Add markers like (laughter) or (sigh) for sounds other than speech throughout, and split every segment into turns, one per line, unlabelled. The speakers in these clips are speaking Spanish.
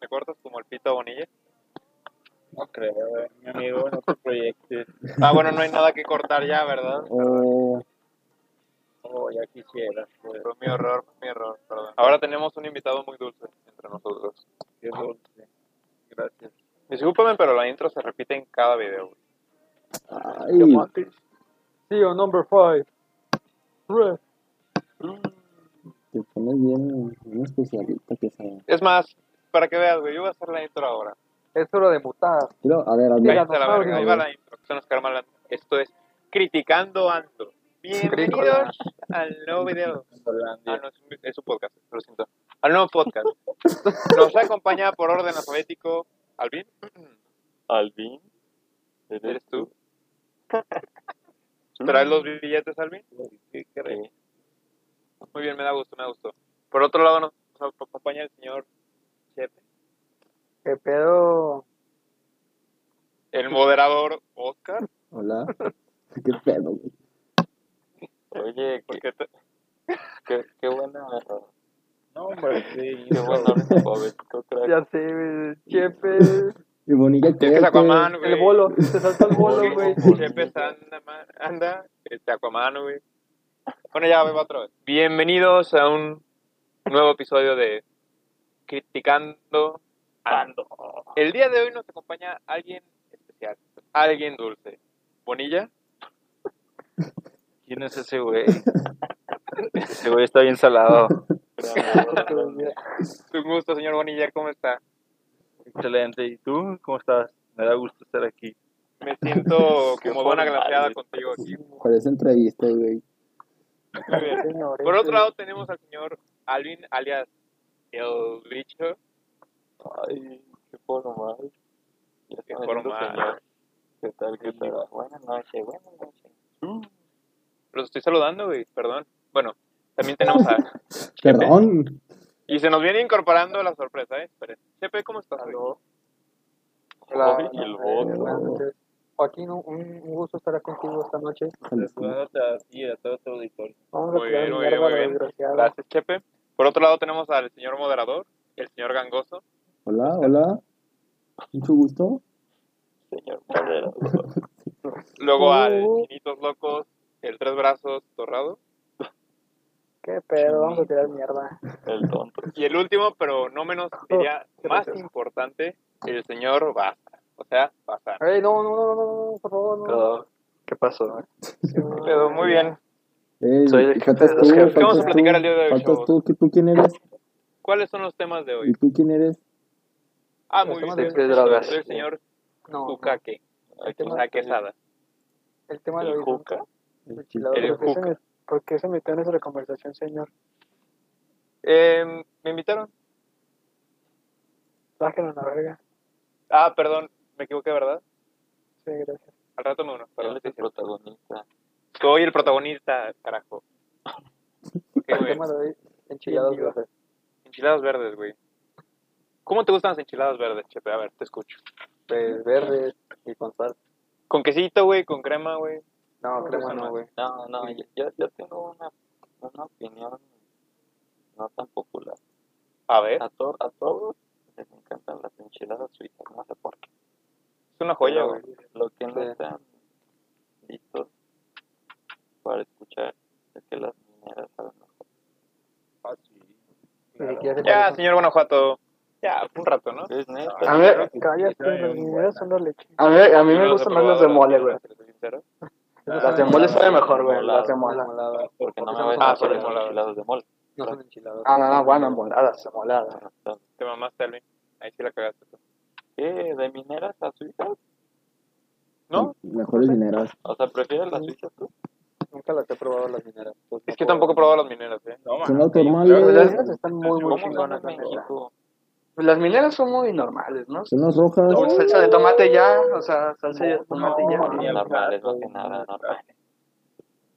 recuerdos como el Pito Bonilla.
No creo, eh, mi amigo, en otro proyecto.
Ah, bueno, no hay nada que cortar ya, ¿verdad?
Eh,
Oh, ya quisiera. Pues,
Fue mi error, mi error, perdón. Ahora tenemos un invitado muy dulce entre nosotros.
qué dulce. Gracias.
Discúlpame, pero la intro se repite en cada video. güey.
ay,
Tío, number five. Red.
te pones bien, bien especialista que sea.
Es más, para que veas, güey, yo voy a hacer la intro ahora.
Es hora de mutar.
Pero, a ver, a
Ahí
ver.
Mira,
está la
Dinosaurio,
verga, ahí va la intro. Se nos queda mal la- Esto es Criticando Ando. Bienvenidos al nuevo video.
En Holanda.
Ah, no, es un, es un podcast, lo siento. Al nuevo podcast. Nos acompaña por orden alfabético Alvin.
Alvin.
¿Eres tú? ¿Traes los billetes, Alvin?
¿Qué crees?
Muy bien, me da gusto, me da gusto. Por otro lado, nos acompaña el señor Chepe,
¿Qué pedo?
el moderador Oscar.
Hola. (laughs) ¿Qué pedo, güey?
Oye, qué,
Porque te-
qué, qué buena.
No, hombre, sí.
(laughs)
Qué buen nombre, joven. ¿Tú crees?
Ya sé, güey. Chepe.
Y Bonilla,
es que es Aquaman, güey.
El bolo. Se saltó el bolo,
Porque
güey.
Chepe está- anda, ma- anda este Aquaman, güey. Bueno, ya, va otra vez. Bienvenidos a un nuevo episodio de Criticando Ando. El día de hoy nos acompaña alguien especial, alguien dulce. ¿Bonilla?
¿Quién es ese güey? Ese güey está bien salado.
Un gusto, señor Bonilla, ¿cómo está?
Excelente. ¿Y tú? ¿Cómo estás? Me da gusto estar aquí.
Me (laughs) siento
Qué
como dona
formal,
glaseada
güey.
contigo aquí.
Parece entrevista, güey.
Muy bien.
Señores,
Por
Este,
otro lado tenemos al señor Alvin, alias El Bicho.
Ay, qué formal. Ya está
Qué
veniendo,
formal.
señor. ¿Qué tal, qué tal? Buenas noches, buenas noches.
Los estoy saludando, güey, perdón. Bueno, también tenemos a...
Perdón.
Y se nos viene incorporando la sorpresa, ¿eh? Esperen. Chepe, ¿cómo estás? güey?
Hola.
Ay, el voto.
Buenas noches. Joaquín, un, un gusto estar contigo esta noche.
Saludándote a ti y a todo tu auditorio.
Vamos
Muy
a tirar
bien, muy
mierda
bien, muy
a los
bien.
desgraciados.
Gracias, Chepe. Por otro lado tenemos al señor moderador, el señor Gangoso.
Hola, hola. Mucho gusto.
Señor Madero.
Luego al
Uh.
Chinitos Locos, el Tres Brazos Torrado.
¿Qué pedo? Vamos a tirar mierda.
El tonto.
Y el último, pero no menos, diría más importante, el señor Baza. O sea, Baza.
Ey, no, no, no, no, no, por favor, no.
¿Qué pasó?
Sí,
Pero muy bien.
Ey,
Soy el
y faltas tú,
jefe de los
faltas
jefes.
¿Qué vamos a
tú,
platicar el día de hoy,
Faltas
chavos?
tú, ¿que tú quién eres?
¿Cuáles son los temas de hoy?
¿Y tú quién eres?
Ah,
Los
muy bien.
temas
Soy
de-
¿Qué drogas?
el señor
No, no.
Cucaque.
El
O
tema,
sea, Quesada.
el tema de
El
hoy.
Juca.
El chilador,
El
¿por qué se
Juca.
me- ¿Por qué se metió en nuestra conversación, señor?
Eh, ¿Me invitaron?
Bájenlo a la verga.
Ah, perdón, me equivoqué, ¿verdad?
Sí, gracias.
Al rato me uno,
Él
perdón.
es el protagonista.
Soy el protagonista, carajo. Ok,
El
güey.
tema de hoy, enchiladas
Bien,
verdes.
Enchiladas verdes, güey. ¿Cómo te gustan las enchiladas verdes, Chepe? A ver, te escucho.
Pues verdes y con sal.
Con quesito, güey, con crema, güey.
No,
crema
crema
no,
no, güey.
No, no, yo, yo- yo tengo una, una opinión no tan popular.
A ver,
A, to- a todos les encantan las enchiladas suizas, no sé por qué.
es una joya,
Pero
güey.
Lo que no
Sí.
están listos para escuchar es que las mineras saben mejor.
Ya, señor Guanajuato. Ya, un rato, ¿no?
Es neta,
A ver,
Cállate, las mineras son la leche.
a ver, a mí me
Yo no
gustan
sé
más las
probar,
de mole,
¿no?
güey.
Para ser sincero.
Las de mole saben mejor, güey. Las de mole.
Molada,
porque no me
son
voy a
moladas,
hacer
Ah, son moladas.
enchiladas de mole.
No son enchiladas.
Ah, no, no, bueno, moladas, moladas.
Te mamaste, Alvin. Ahí sí la cagaste. tú.
¿Qué? ¿De mineras a
Pues
suizas?
¿No?
Mejores dineros.
O sea, ¿prefieres las suizas tú?
Nunca las he probado las mineras.
Es que tampoco he probado las mineras, ¿eh?
No,
Son
man.
las
Las
pues,
mineras
normales.
están muy, muy
¿Cómo son
chingonas,
en
la neta.
México?
Pues Las mineras son muy normales, ¿no?
Son las rojas.
Con salsa de tomate ya, o sea, salsa de tomate ya.
ni
¿no?
al
normales, más que
plato, ni
nada,
al
normales.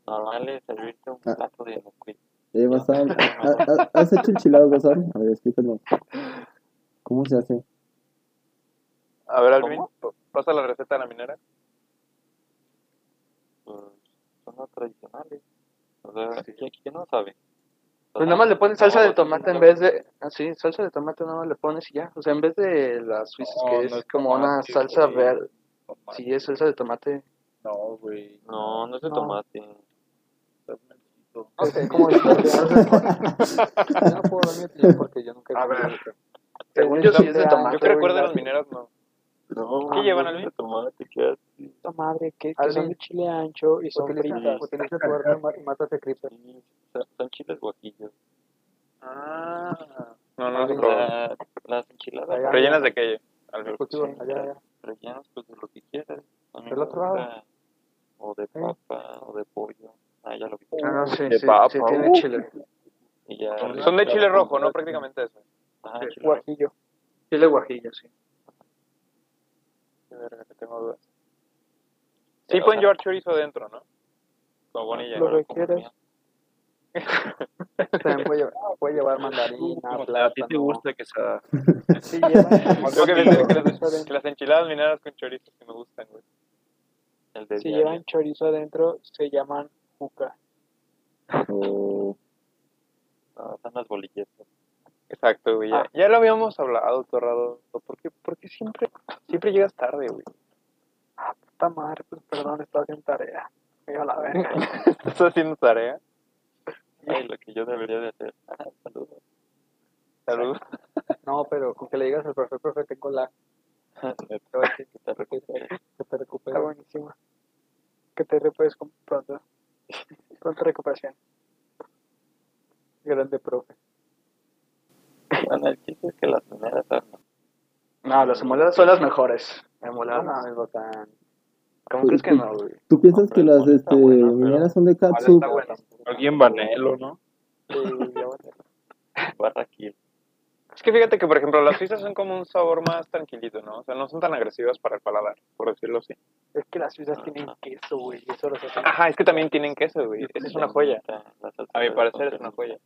Normales, servirte un
Ah.
plato de licuito.
Eh, Bazán, ha- ha- ¿has hecho enchiladas, Bazán? A ver, explícanos. ¿Cómo se hace?
A ver, Alvin,
¿Cómo?
pasa la receta de la minera.
pues, son las tradicionales. O sea, ¿quién, quién no sabe?
Pues nada más le pones salsa de tomate en vez de. Así, salsa de tomate nada más le pones y ya. O sea, en vez de las suizas
No,
que
no
es,
es
como una
tomate,
salsa
güey.
verde.
Tomate.
Sí, es salsa de tomate.
No, güey.
No, no es de
No.
tomate.
estás maldito.
No sé cómo es. Yo no puedo dar mi opinión porque yo nunca.
A ver. Según yo, sí es de
Yo
tomate.
Yo que
güey,
recuerdo
la-
los mineros, no.
No,
¿Qué llevan,
no es
Alvin?
De tomate, ¿qué haces?
Puta madre, que, que
Alvin.
son de chile ancho y son
Utiliza-
fritas. Utiliza tu arma y ma- y matas a Cripto.
Sí, son- Son chiles guajillos.
Ah.
No, no los he probado.
La- Las enchiladas
Allá.
Rellenas de qué,
Pues
al
El cultivo,
Sí.
allá, allá.
rellenas pues de lo que quieras. A mí
Del
me
otro lado.
gusta O de papa, o de pollo. Ah, ya lo vi.
Ah, no, sí,
De
sí,
papa.
sí tiene chile.
Y ya, ah,
Son de chile rojo, ¿no? Prácticamente eso.
Ajá,
Sí.
chile rojo.
Guajillo.
Chile guajillo, sí.
Qué verga, que tengo dudas. Sí
Pero,
pueden
ajá,
llevar chorizo adentro, (laughs) ¿no? Con bonilla.
Lo que
como
quieras.
mía.
También puede llevar, (laughs) puede llevar mandarina, plátano.
que sea...
Sí, lleva.
Yo que, les- que las, que las enchiladas mineras con chorizo que me gustan, güey.
El de
Si
diario.
llevan chorizo adentro, se llaman juca.
O
Ah, son las bolillas.
Exacto, güey. Ya, ya lo habíamos hablado, Torrado. ¿Por qué, por qué siempre, siempre llegas tarde, güey?
Puta madre, pues perdón, estaba en tarea. Me iba a la (laughs) verga.
(laughs) ¿Estás haciendo tarea?
Ay, lo que yo debería de hacer. (laughs) Ah, saludos.
Saludos.
No, pero con que le digas al profe, profe, tengo la
Neta,
(laughs)
te voy a decir
que te recuperes.
que te recuperes. Está buenísima. Que te recuperes con- pronto. (laughs) Pronto recuperación. Grande profe.
Bueno, el chiste es que las mineras arman.
No, las emoladas son las mejores. Emoladas.
No, es botán.
¿Cómo crees que no, güey?
¿Tú piensas
No,
que
pero
las
está
este,
bueno, pero-
mineras son de
Vale,
catsup?
está bueno.
Alguien vanelo, ¿no?
Barraquil.
Es que fíjate que, por ejemplo, las pizzas son como un sabor más tranquilito, ¿no? O sea, no son tan agresivas para el paladar, por decirlo así.
Es que las suizas tienen queso, güey. y Eso los hace.
Ajá, es que también tienen queso, güey. Esa es una joya. A mi parecer es una joya.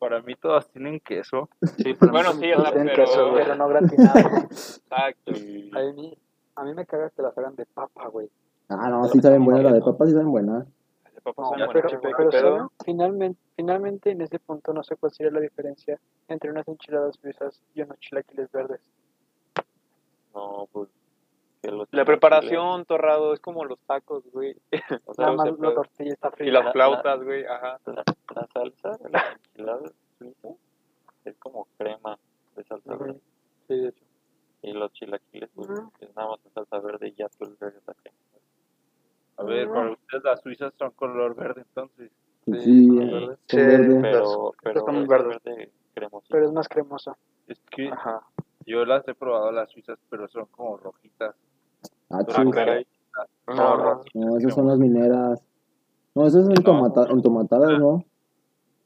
Para mí todas tienen queso.
Sí,
Bueno, sí, o sea,
tienen
pero-
queso, güey.
Pero
(laughs)
no gratinado.
Exacto.
A mí, a mí me caga que las hagan de papa, güey.
Ah, no, sí saben buena, la de papas sí saben buena.
De papas
No,
son buenas,
pero, pero,
chico, ¿qué pedo?
¿saben? finalmente, finalmente en ese punto no sé cuál sería la diferencia entre unas enchiladas suizas y unos chilaquiles verdes.
No, pues. que los
La preparación, torrado, es como los tacos, güey.
O sea,
Nada
no
más
se
la
puede.
tortilla está
Y
fría.
las flautas, güey, ajá.
la, la salsa de
(laughs)
la enchilada suiza es como crema de salsa verde.
Sí, de hecho.
Y los chilaquiles, pues, es nada más de salsa verde y ya tú le agregas la crema.
A ver, para ustedes las suizas son color verde, entonces.
Sí, eh,
sí,
son
sí,
verdes.
Pero, pero
están muy
es
verdes.
verde cremosito.
Pero es más cremosa.
Es que
Ah.
Ajá.
yo las he probado las suizas, pero son como rojitas.
Ah,
Ah,
chis.
caray.
No, no.
No, esas son las mineras. No, esas son entomata- entomatadas, ¿no?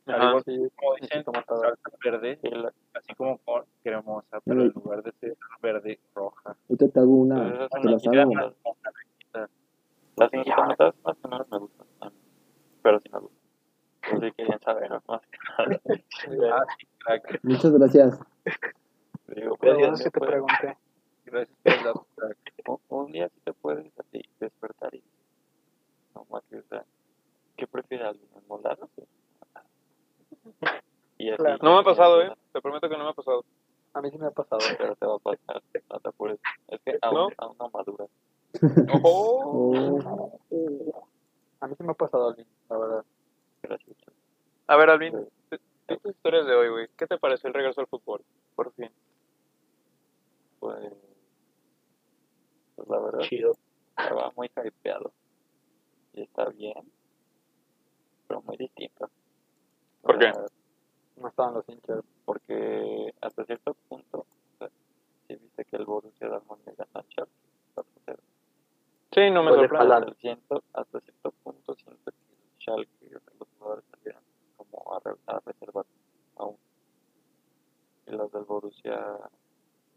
Ajá.
Algo
Sí,
como dicen, salsa verde,
Sí, la-
así como con cremosa, pero en lugar de ser verde, roja.
Ahorita te hago
Ah,
pues
una, te
esas son
las
las
hago.
enchiladas. Las enchiladas más o menos me gustan. a mí, Pero sí me gustan. Así que ya saben, ¿no? (laughs) más que
(laughs)
nada.
Ah, sí, crack.
Muchas gracias.
Digo, pues,
pero
ya
no sé
se
qué te
puede.
pregunté.
Gracias por (laughs) la crack.
un, un día si te puedes así despertar y no más que o sea, ¿qué prefiere alguien? ¿Molarlo? Y así,
Claro.
No me ha pasado, eh. Te prometo que no me ha pasado.
A mí sí me ha pasado.
Pero te va a pasar, no te apures. Es que
¿No?
aún, aún no madura.
Ojo.
Oh,
A mí sí me ha pasado, Alvin, la verdad.
Gracias.
A ver, Alvin, de tus historias de hoy, güey, ¿qué te pareció el regreso al fútbol? Por fin.
Pues, pues la verdad,
Chido.
estaba muy hypeado. Y está bien, pero muy distinto.
¿Por qué?
No estaban los hinchas.
porque hasta cierto punto, o sea, si viste que el Borussia Dortmund le ganó al Schalke 4-0.
Sí, no me
Pues,
sorprende.
ojalá.
Hasta cierto- hasta cierto punto siento que el Schalke, o sea, los jugadores salieron como a, re- a reservar aún. Y los del Borussia,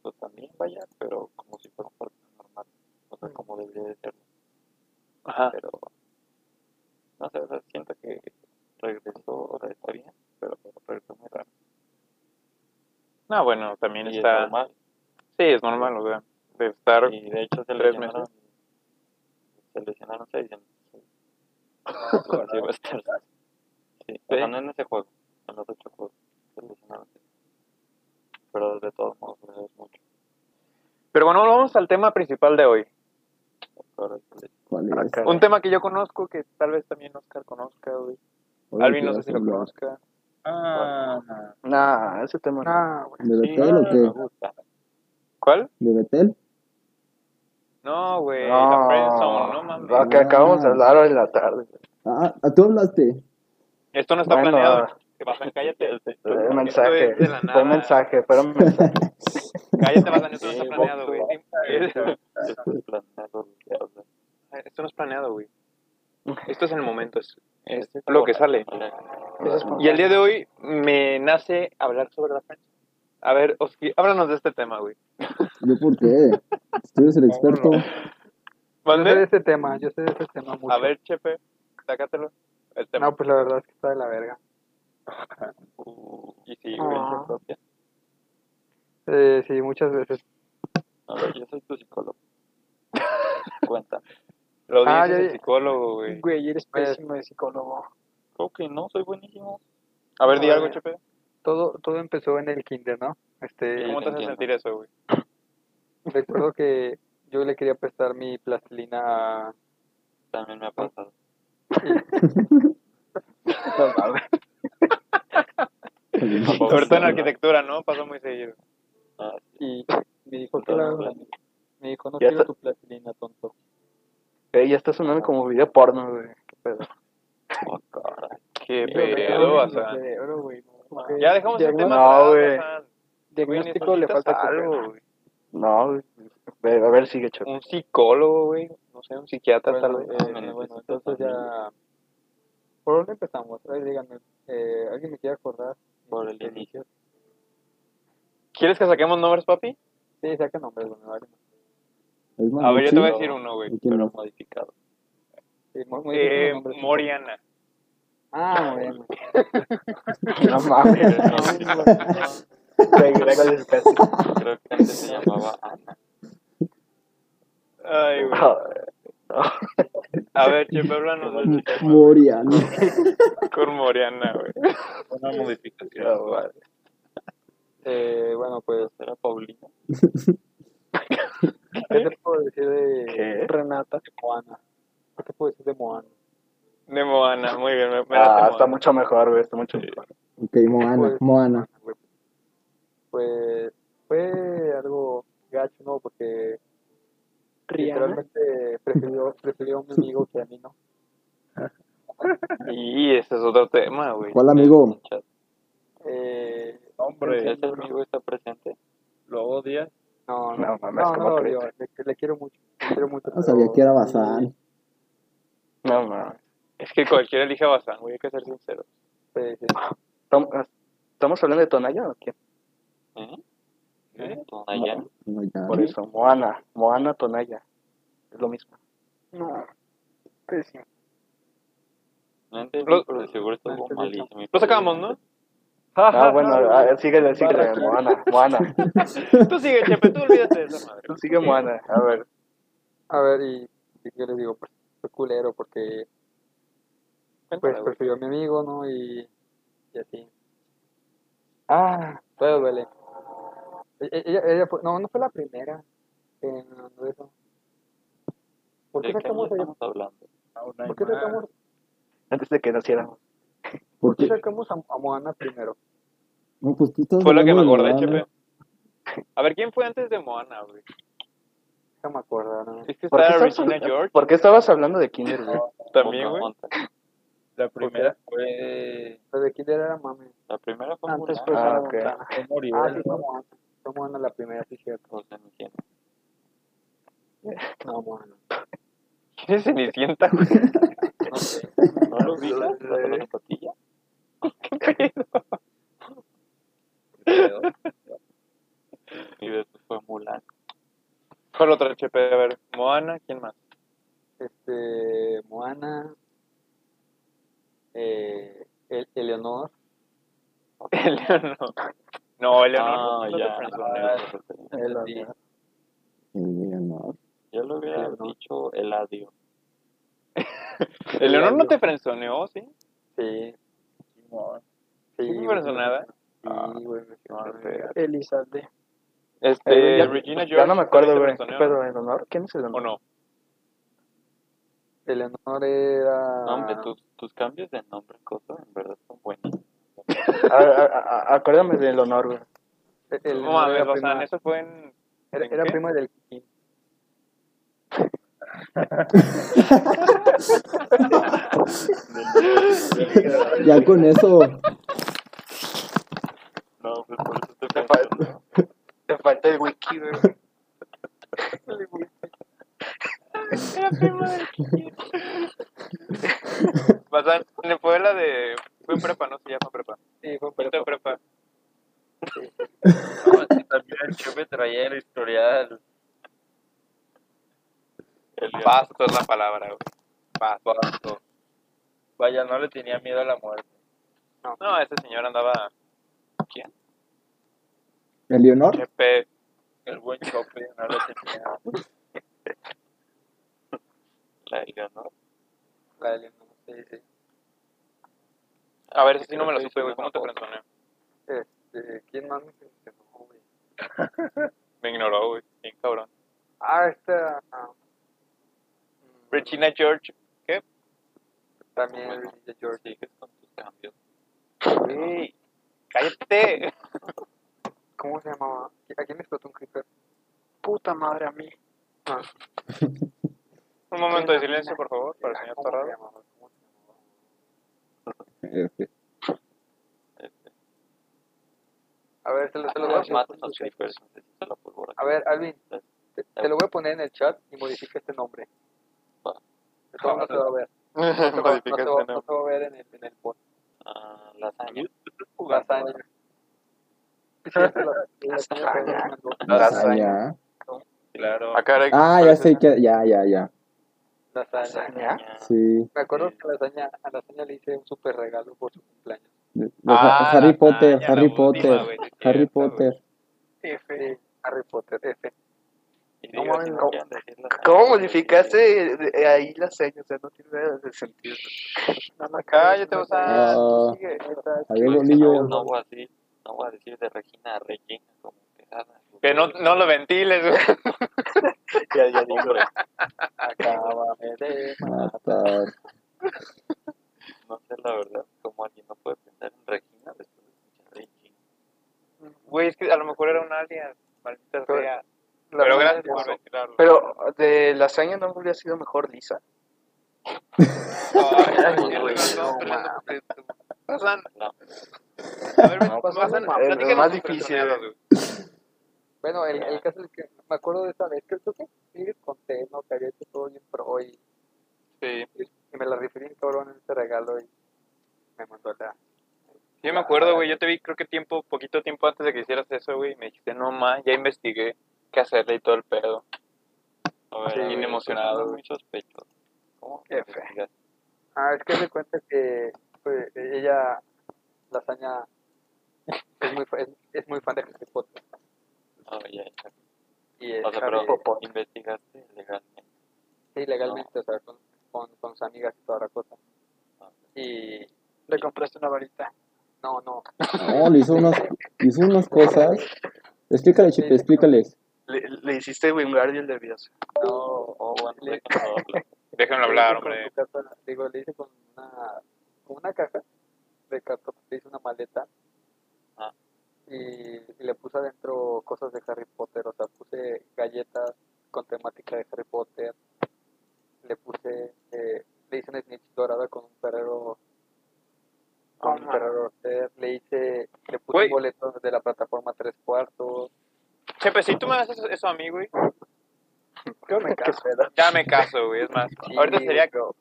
pues también vaya, pero como si fuera un partido normal, o sea, como debería de serlo.
Mm. Ajá.
Pero, no sé, o sea, siento que regresó, o sea, está bien, pero regresó muy raro.
No, bueno, también
Y es
está...
normal.
Sí, es normal, o sea, de estar...
Y de hecho se
Tres
lesionaron. Se lesionaron
(laughs)
seis. en- Así va a estar. Sí, o sea, no en ese juego. Anota chocó decepcionante. Pero de todos modos, gracias mucho.
Pero bueno, vamos al tema principal de hoy.
Ahora es el-
¿Cuál
Ah,
es?
Un tema que yo conozco, que tal vez también Oscar conozca, güey.
Oye,
Alvin
¿qué
no sé
vas
si
a
lo
hablar?
conozca.
Ah,
Nah, ese tema no.
No, güey.
¿De
Sí,
Betel
no, me
o qué?
gusta.
¿Cuál?
¿De Betel?
No, güey. La friendzone, no
No,
mames.
lo que acabamos de hablar hoy en la tarde.
Ah, ah, tú hablaste. (laughs)
Esto no está
Bueno,
planeado. ¿Qué pasa? Cállate.
Fue un
Esto es
mensaje,
de la
fue un
nada.
mensaje,
(laughs)
fue un mensaje.
Cállate, Bazán, esto no
Sí,
está planeado, güey.
Estoy planeando lo que hablas.
Esto no es planeado, güey. Esto es en el momento, es, Este es lo que sale. Y el día de hoy me nace hablar sobre la prensa. A ver, Oski, háblanos de este tema, güey.
¿Yo por qué? Tú eres el experto. (laughs)
Yo sé de
¿Mande?
este tema, yo sé de este tema mucho.
A ver, Chepe, sácatelo. El tema.
No, pues la verdad es que está de la verga.
Uh,
Y sí, güey.
experiencia propia.
Eh, sí, muchas veces.
A ver, yo soy tu
(laughs)
psicólogo. Cuenta.
Lo dice
Ah, ya,
el
ya.
psicólogo, güey.
Güey, eres
Pues-
pésimo de psicólogo.
Creo que no, soy buenísimo.
A ver, di
Ah,
algo,
ya.
Chepe.
Todo, todo empezó en el kinder, ¿no? Este,
¿Cómo te hace
entiendo.
sentir eso, güey?
recuerdo que yo le quería prestar mi plastilina a...
También me ha pasado.
pues,
Sobre todo en arquitectura, ¿no? Pasa muy seguido.
Ah,
y me dijo que
Entonces,
la...
plan-
Me dijo, no
Ya
quiero
está.
tu plastilina, tonto.
Ey, ya está sonando como video porno, güey. Qué pedo.
oh, caray.
Qué
Yo me quedé
pedo,
en
o
el
sea.
cerebro, güey, no, güey.
Ya dejamos el
Diagno-
tema.
No,
atrás,
güey.
Bazán. Güey,
Diagnóstico le
necesitas
falta algo.
algo, güey.
No, güey. Ve- a ver, sigue choco.
Un psicólogo, güey. No sé, un psiquiatra,
Bueno,
tal vez.
eh,
Menos
bueno,
esto
entonces ya... ¿Por dónde empezamos? A ver, díganme. eh, ¿Alguien me quiere acordar?
Por el
(laughs)
inicio.
¿Quieres que saquemos nombres, papi?
Sí, saca nombres, güey, me vale.
Es
A ver, yo te voy a
Manucci.
decir uno, güey.
¿Y quién
Pero
más?
modificado.
Sí, muy, muy difícil
Eh,
los nombres.
Moriana.
Ah, muy bien. güey.
No mames. Güey, Gregorio es casi-
Creo que antes se llamaba Ana.
Ay, güey.
Joder, no.
A ver, Chepe, háblanos de
(laughs)
este tema
Moriano.
con Moriana, güey.
una modificación.
No, vale.
Eh, bueno, pues,
Era Paulina.
¿qué te puedo decir de
¿Qué?
Renata de Moana? ¿Qué te puedo decir de Moana?
De Moana, muy bien. Me, me late
Ah, está
Moana.
mucho mejor, güey. Está mucho mejor.
Ok, Moana, Moana.
Pues fue algo gacho, ¿no? Porque literalmente prefirió, prefirió a un amigo que a mí, ¿no?
Y ese es otro tema, güey.
¿Cuál amigo?
Chat.
Eh,
Si
Hombre,
ese amigo está presente,
lo odias.
no,
No
no, no,
mames,
no,
¿cómo
lo
crees?
odio, le, le quiero mucho, le quiero mucho.
No sabía
pero
que era
sí,
Bazán.
No mames.
Es que cualquiera elige a Bazán, güey. Hay que ser sincero.
pues, eh,
¿Estamos ah, estamos hablando de Tonaya o qué?
¿eh? Tonayán.
No, ya. (laughs)
Por eso, Moana. Moana, Tonaya. Es lo mismo.
no, pésimo.
No entendí,
Lo-
pero seguro estuvo
Lo
malísimo.
Lo sacamos, ¿no?
Ah, bueno, ah, síguele, síguele. Moana,
(laughs)
Moana.
Tú sigue, Chepe, tú olvídate de esa madre.
Tú Sigue Moana. A ver.
A ver, y, y yo les digo, pues, fue culero porque pues
güey.
prefirió a mi amigo, ¿no? Y, y así. Ah, todavía duele. E- e- Ella, ella fue- no, no fue la primera que me mandó eso. ¿Por qué
¿De qué
sacamos, a,
estamos hablando?
Aún hay
¿por qué
más.
sacamos,
Antes de que naciéramos.
¿Por
por qué
qué?
sacamos a, a Moana primero?
No, pues tú estás
Fue lo que me
hablando de
acordé,
Moana. (laughs)
Chepe. A ver, ¿quién fue antes de Moana, güey?
No me acuerdo, ¿no?
Es que
¿Por qué,
está
estabas,
Regina George
¿Por qué estabas hablando de Kinder, güey?
(laughs)
también,
Otra
güey.
monta.
La primera fue.
Lo de Kinder era mame.
La primera fue
Antes
Mulan,
pues. fue
Ah,
Hannah
ok.
Montana.
fue Moriel,
Ah, sí, fue
¿no?
Moana. Fue Moana la primera, sí, cierto.
o sea, ni quién.
No, Moana.
(laughs) ¿Quién es Cenicienta, güey?
No sé.
¿No lo vi? ¿La pelona patilla? Y después fue Mulan.
¿Cuál otra, Chepe? A ver, Moana, ¿quién más? (laughs)
este Moana eh, El- Eleonor
Eleonor. No,
Ah,
Eleonor. no,
ya.
ya.
Eleonor
El Leonor.
Yo lo hubiera
Eleanor.
dicho el adiós.
Eleonor no te frenzoneó, ¿sí?
sí
Simón.
Sí,
¿Qué
güey.
personada?
Sí, güey.
Elizalde.
Eh,
Este,
güey, ya-
Regina George.
Ya no me acuerdo,
también
güey.
se personeó,
Pero en honor, ¿quién es el
¿O
honor?
no?
El honor era.
No,
Ah.
hombre, tus, tus cambios de nombre, cosa, en verdad son buenos.
A- a- a- Acuérdame del honor, güey.
el- el
No
honor
mames,
era
o sea,
prima-
eso fue en.
era-
¿en
era
qué?
prima del Kikín.
Ya con eso,
No, pues por eso te pregunto.
Te falta el wiki, güey.
Basada en fue la de. Fue en prepa, no se llama prepa.
Sí, fue
Fue en prepa.
No, es que también el chupe traía el historial. El
Pasto es la palabra, güey. Pasto.
Vaya, no le tenía miedo a la muerte.
No, ese señor andaba.
Eleonor.
Chepe.
El buen chope no le tenía. La Eleonor.
la del honor, sí, sí.
A ver, ese sí no me lo supe, güey. ¿Cómo te personé?
Este, ¿Quién más me mencionó, güey?
Me ignoró, güey. Bien cabrón.
Ah, esta. ah, mm,
Regina George.
También de George.
Sigues con tus cambios.
Güey.
(laughs)
Cállate.
¿Cómo se llamaba? ¿A quién le explotó un creeper?
Puta madre a mí.
Un momento de silencio, por favor, para el señor
¿Cómo
(laughs)
se
Torrado.
llamaba? ¿Cómo se llamaba?
Este,
A ver, te lo, te lo voy a
Ah, Los
poner.
matan los Eh, creepers. Necesito la pólvora.
A ver, Alvin, te, te lo voy a poner en el chat y modifica este nombre.
Va. este
De todo no se va
(laughs)
a ver. No se va, no se va- no se va a ver en el, en el post.
Ah, lasaña.
Lasaña. Sí, la- la lasaña que nos mandó.
lasaña.
Claro.
Ah, caray.
Ah, ya sé que, ya, ya, ya.
Lasaña.
Sí.
Me acuerdo que a lasaña, a lasaña le hice un super regalo por su cumpleaños.
De- de
Ah,
Ha- Harry
lasaña,
Potter,
la
Harry
última,
Potter,
güey, sí es
Harry
cierto,
Potter.
Sí, Harry Potter, F.
No
mames,
mames,
¿cómo- ¿Cómo modificaste eh, ahí la seña? O sea, no tiene nada de sentido.
No, no,
Cállate, o sea.
Ah,
sigue, ahí Pues está.
había
No,
bolillo.
no voy a decir, no voy a decir de Regina Regina como ah, quejada.
Que no, no lo ventiles, (laughs) güey.
ya, ya digo.
Acábame de
Matar.
No sé la verdad cómo alguien no puede pensar en Regina después de escuchar Regina.
Güey, es que a lo mejor era un alias. Maldita
Pero-
sea.
La-
Pero gracias por ventilarlo.
Pero de la hazaña no hubiera sido mejor Lisa.
Ay,
Ay, güey, no,
Pasan.
No.
A ver,
No,
pasan.
pasan,
platícanos
es
tus
lo más
impresiones,
difícil,
güey.
Bueno, el,
Ah.
el caso es que me acuerdo de esa vez que creo que sí les conté, ¿no? Que había hecho todo bien pro y,
Sí.
y me la referí en cabrón en este regalo y me mandó la.
Yo me acuerdo, güey. Yo te vi, creo que tiempo, poquito tiempo antes de que hicieras eso, güey. y Me dijiste, no más, ya investigué qué hacerle y todo el pedo.
A ver,
Sí,
a ver,
bien
eso
emocionado,
suena
güey.
Muy sospechoso. ¿Cómo?
Qué
que digas?
Ah, es que me cuenta que pues, ella, lasaña, es muy, fa- es, es muy fan de Harry Potter.
Ah, ya, ya.
Y es
O sea,
Harry-
pero investigaste legalmente.
sí, legalmente, o sea, con, con, con sus amigas y toda la cosa.
Ah.
Y
Le compraste una varita.
no, no,
No, le hizo unas, hizo unas cosas. Explícale, Chipe, explícales.
Le, le hiciste Wingardium Leviosa.
no,
Oh, bueno,
Le-
déjame
Déjenlo
hablar.
hablar, hombre.
Con su carta, digo, le hice con una, con una caja de cartón, le hice una maleta
Ah.
y, y le puse adentro cosas de Harry Potter, o sea, puse galletas con temática de Harry Potter, le puse, eh, le hice una snitch dorada con un perrero, con un
Toma.
perrero Rocher, le hice, le puse
Güey.
un boleto de la plataforma tres cuartos,
Chepe, si tú me haces eso a mí, güey,
yo me caso,
ya me caso, güey. Es más,
Sí,
ahorita sería
pero-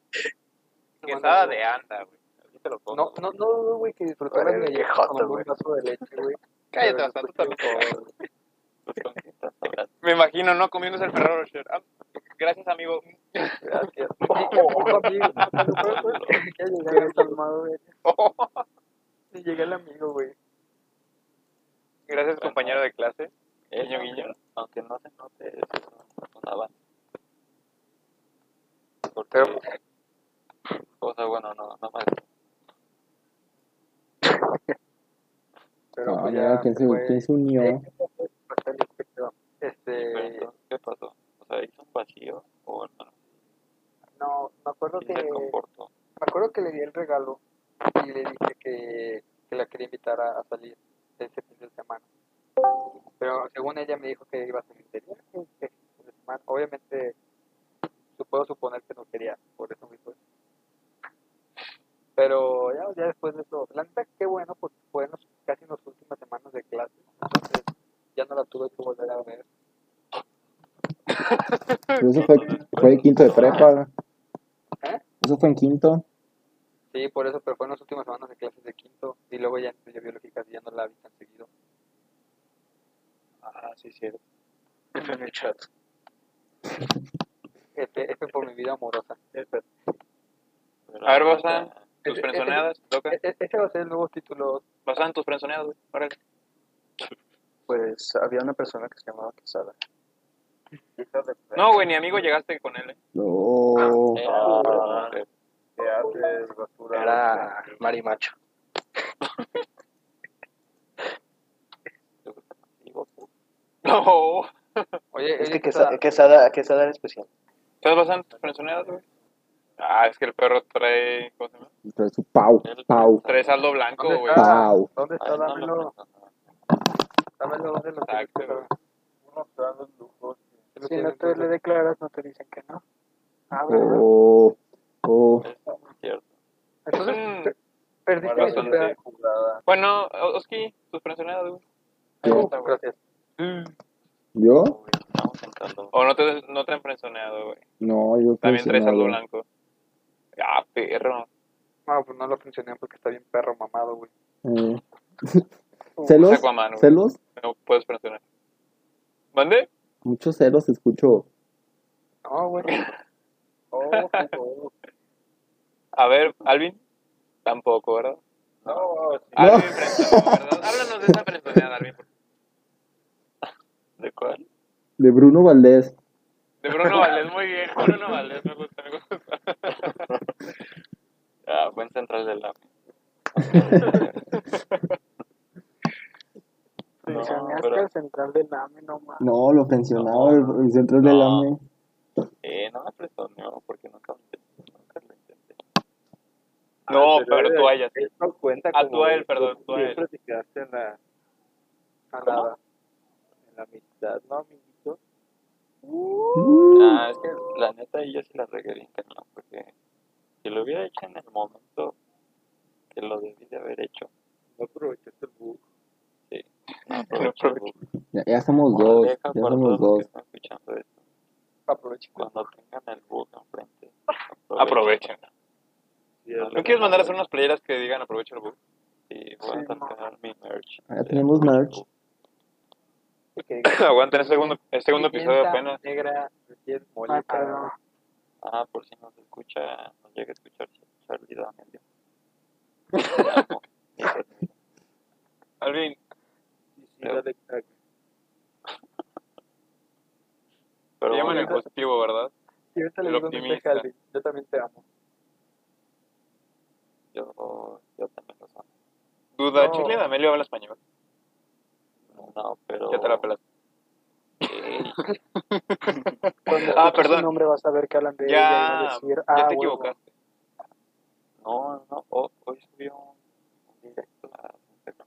quesada de anda, güey. Así te lo pongo.
No, no, no dudo, güey, que disfrutaras
Órale,
de
qué
llegar
joto,
con un
güey.
vaso de leche,
(laughs)
güey.
Cállate,
Pero
o sea, tú
después
también.
te digo,
Pues, ¿con quién estás hablando?
Me imagino, ¿no? Comiéndose el Ferrero Rocher. Ah, gracias, amigo. (laughs)
Gracias. Ojo, amigo. Ya llegué calmado, güey.
Oh.
Y llega el amigo, güey.
Gracias, compañero de clase. Guiño,
Eso,
guiño.
Aunque no se note, eso es un avance. Porque,
Pero-
o sea, bueno, no, no más.
Pero
Ah,
pues
mira,
ya
¿quién se,
fue-
quién se unió?
Eh,
Pero
Este,
entonces, ¿qué pasó? O sea, hizo un vacío o no,
no, me acuerdo
y
que,
se
me
comportó.
acuerdo que le di el regalo y le dije que, que la quería invitar a, a salir ese fin de semana. Pero según ella me dijo que iba a salir de viaje ese fin de semana. Obviamente, su- puedo suponer que no quería, por eso me hizo eso. Pero ya, ya después de eso, la neta, qué bueno, porque fue en los- casi en las últimas semanas de clase. Entonces, ya no la tuve que volver a ver.
Pero eso fue, fue quinto de prepa.
¿Eh?
Eso fue en quinto.
Sí, por eso, pero fue en las últimas semanas de clases de quinto y luego ya entré yo a biológicas y ya no la vi tan seguido.
Ah, sí, cierto.
F en el chat.
Este, este por mi vida amorosa.
Pero,
A ver, Bazán, tus
Ese-
frenzoneadas, toca.
E- e- Este va a ser el nuevo título.
Bazán, tus frenzoneadas, güey, órale.
Pues había una persona que se llamaba Quesada.
No, güey, ni amigo llegaste con él, eh.
No.
Ah, ¿Qué haces, basura?
Era marimacho.
(laughs) No.
Oye,
Es
oye,
que Quesada,
Quesada,
Quesada, Quesada era especial.
¿Estás Bazán, tus frenzoneadas, güey? Ah, es que el perro trae, ¿cómo se llama?
Trae su pau, pau,
Trae saldo blanco,
¿Dónde
güey.
está?
pau.
¿dónde
Ay,
está?
no le
Dámelo,
pasa nada.
dámelo, ¿dónde lo tienes,
Exacto,
Quesada?
Unos planos lujos.
¿Te lo
Si
tienes,
no te le
Quesada?
declaras, no te dicen que no. Ah, ¿verdad?
Oh, oh.
Es cierto.
Entonces,
Mm.
per- perdiste
Mala
mi
razón,
soltería.
suerte jugada.
Bueno, O- Oski, tus frenzoneadas, güey.
Ahí
¿Yo?
está, güey. Gracias.
¿Yo?
güey, Estamos en caldo.
O no te, no te han frenzoneado, güey.
No, yo
También trae
no,
saldo
yo-
blanco. Ah, perro.
No, pues no lo funcioné porque está bien perro mamado, güey.
eh.
(laughs)
¿Celos?
Aquaman, güey.
¿Celos?
No puedes frenzonear. ¿Mande?
Muchos celos escucho.
No, güey.
Oh, oh,
A ver, Alvin. Tampoco, ¿verdad?
no, sí.
Alvin frenzoneado, ¿verdad? Háblanos de esa frenzoneada, Alvin. por favor.
¿De cuál?
(laughs) De Bruno Valdés.
De (laughs) Bruno Valdés, muy bien. Bruno Valdés, me gusta, me gusta.
Ah, buen central del la.
Mencionaste
pero-
al central del AME, no más.
No, lo mencionaba el, el central del
No.
AME.
Eh, no me presoneó porque nunca, nunca lo intenté.
No,
Ah,
pero tú a ella, sí.
él no cuenta
Ah,
como
tú a él, perdón, tú a
siempre
él.
te quedaste en la,
A
¿Cómo?
nada.
en la amistad, ¿no, amiguito?
Ah, es que la neta yo sí la regué bien cañón, porque si lo hubiera hecho en el momento que lo debí de haber hecho,
No aprovechaste el bug. (laughs)
no aproveché el bug.
Ya, ya somos dos,
Moraleja
ya
para
somos
todos los que
dos.
están escuchando esto.
Aprovecha.
Cuando tengan el bug enfrente,
Aprovechen.
Sí,
No
es-
¿No quieres mandar a hacer unas playeras que digan aprovecha el
(coughs)
bug?
Sí, voy a
Sí, no.
sacar mi merch. Este,
Ah,
de
tenemos
Bug
merch.
Bug.
(coughs) Aguanten el segundo, el segundo episodio
Pimienta
apenas.
Negra, recién molida.
Ah, cabrón.
Ah, por si nos escucha, nos llega a escuchar Charlie Daniel.
Alvin,
sí, sí, dale, crack.
te
Pero
llaman el
bueno,
positivo, ¿verdad?
Y ahorita le
El
digo un mensaje
optimista.
a Alvin. Yo también te amo.
yo, yo también lo amo.
Duda,
No.
Charlie D'Amelio habla español.
No, pero...
Ya te la
(laughs)
pelas.
Ey,
Cuando
Ah,
escuches su
perdón.
nombre vas a ver que hablan de ella y
Ya,
va a decir, ah,
ya te
huevo".
equivocaste.
No, no, ho- hoy subió un un directo a Instagram.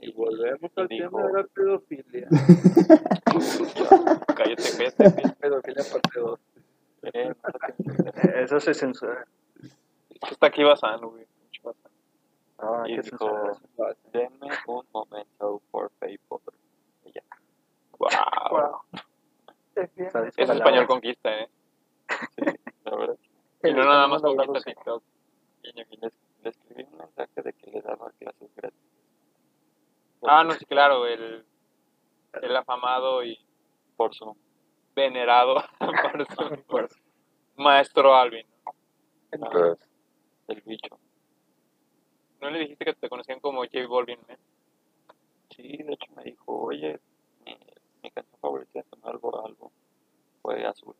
Y volvemos al
Digo-
tema de la pedofilia.
Cállate, gente. güey.
Pedofilia parte 2.
Eh, no sé qué-
(laughs)
Eso se censura.
Está aquí basano, güey. Pinche Bazán.
No,
Y
hay que
dijo-
censurar eso.
Denme un momento, por favor.
(laughs)
Y ya.
Guau.
Wow. Es bien.
Sabes,
Ese
palabras.
español conquista, ¿eh?
La verdad,
Y no nada más
español hablado,
conquista
sí.
TikTok.
guiño, guiño, le, le escribí un mensaje de que le daba clases gratis.
Ah, no, sí, claro, el, el afamado y
Por su
venerado (laughs) por su- por su- maestro Alvin.
el bicho.
¿No le dijiste que te conocían como J Balvin, eh?
Sí, de hecho me dijo, oye, mi, mi canción favorita de Manuel Boralbo fue Azul.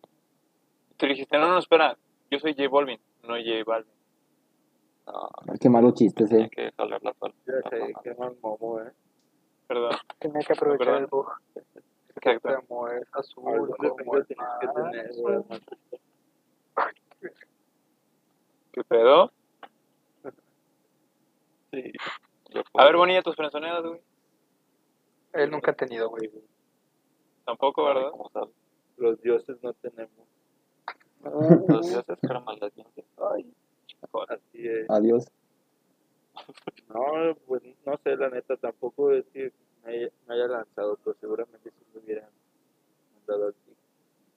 Tú le dijiste, no, no, espera, yo soy J Balvin, no J Balvin.
No,
Ay, (laughs) Qué malos chistes,
tenía
eh.
que jalar la pal-
Ya
la
sé,
mano.
qué mal momo, ¿eh?
Perdón.
Tenía que aprovechar
Perdón.
el bug.
Exacto.
Como es
A ver,
azul,
¿dónde
como es
tienes que tener, güey?
¿Qué pedo?
Sí. Yo
A
puedo-
ver, Bonilla, tus personeras, güey.
Él nunca ha tenido, güey.
Tampoco,
Ay,
¿verdad?
¿cómo sabes?
Los dioses no tenemos.
Los dioses creman las dientes. Ay,
Así es.
(laughs) Adiós.
No, pues no sé, la neta, tampoco es que me haya, me haya lanzado, pero seguramente si me hubieran mandado aquí.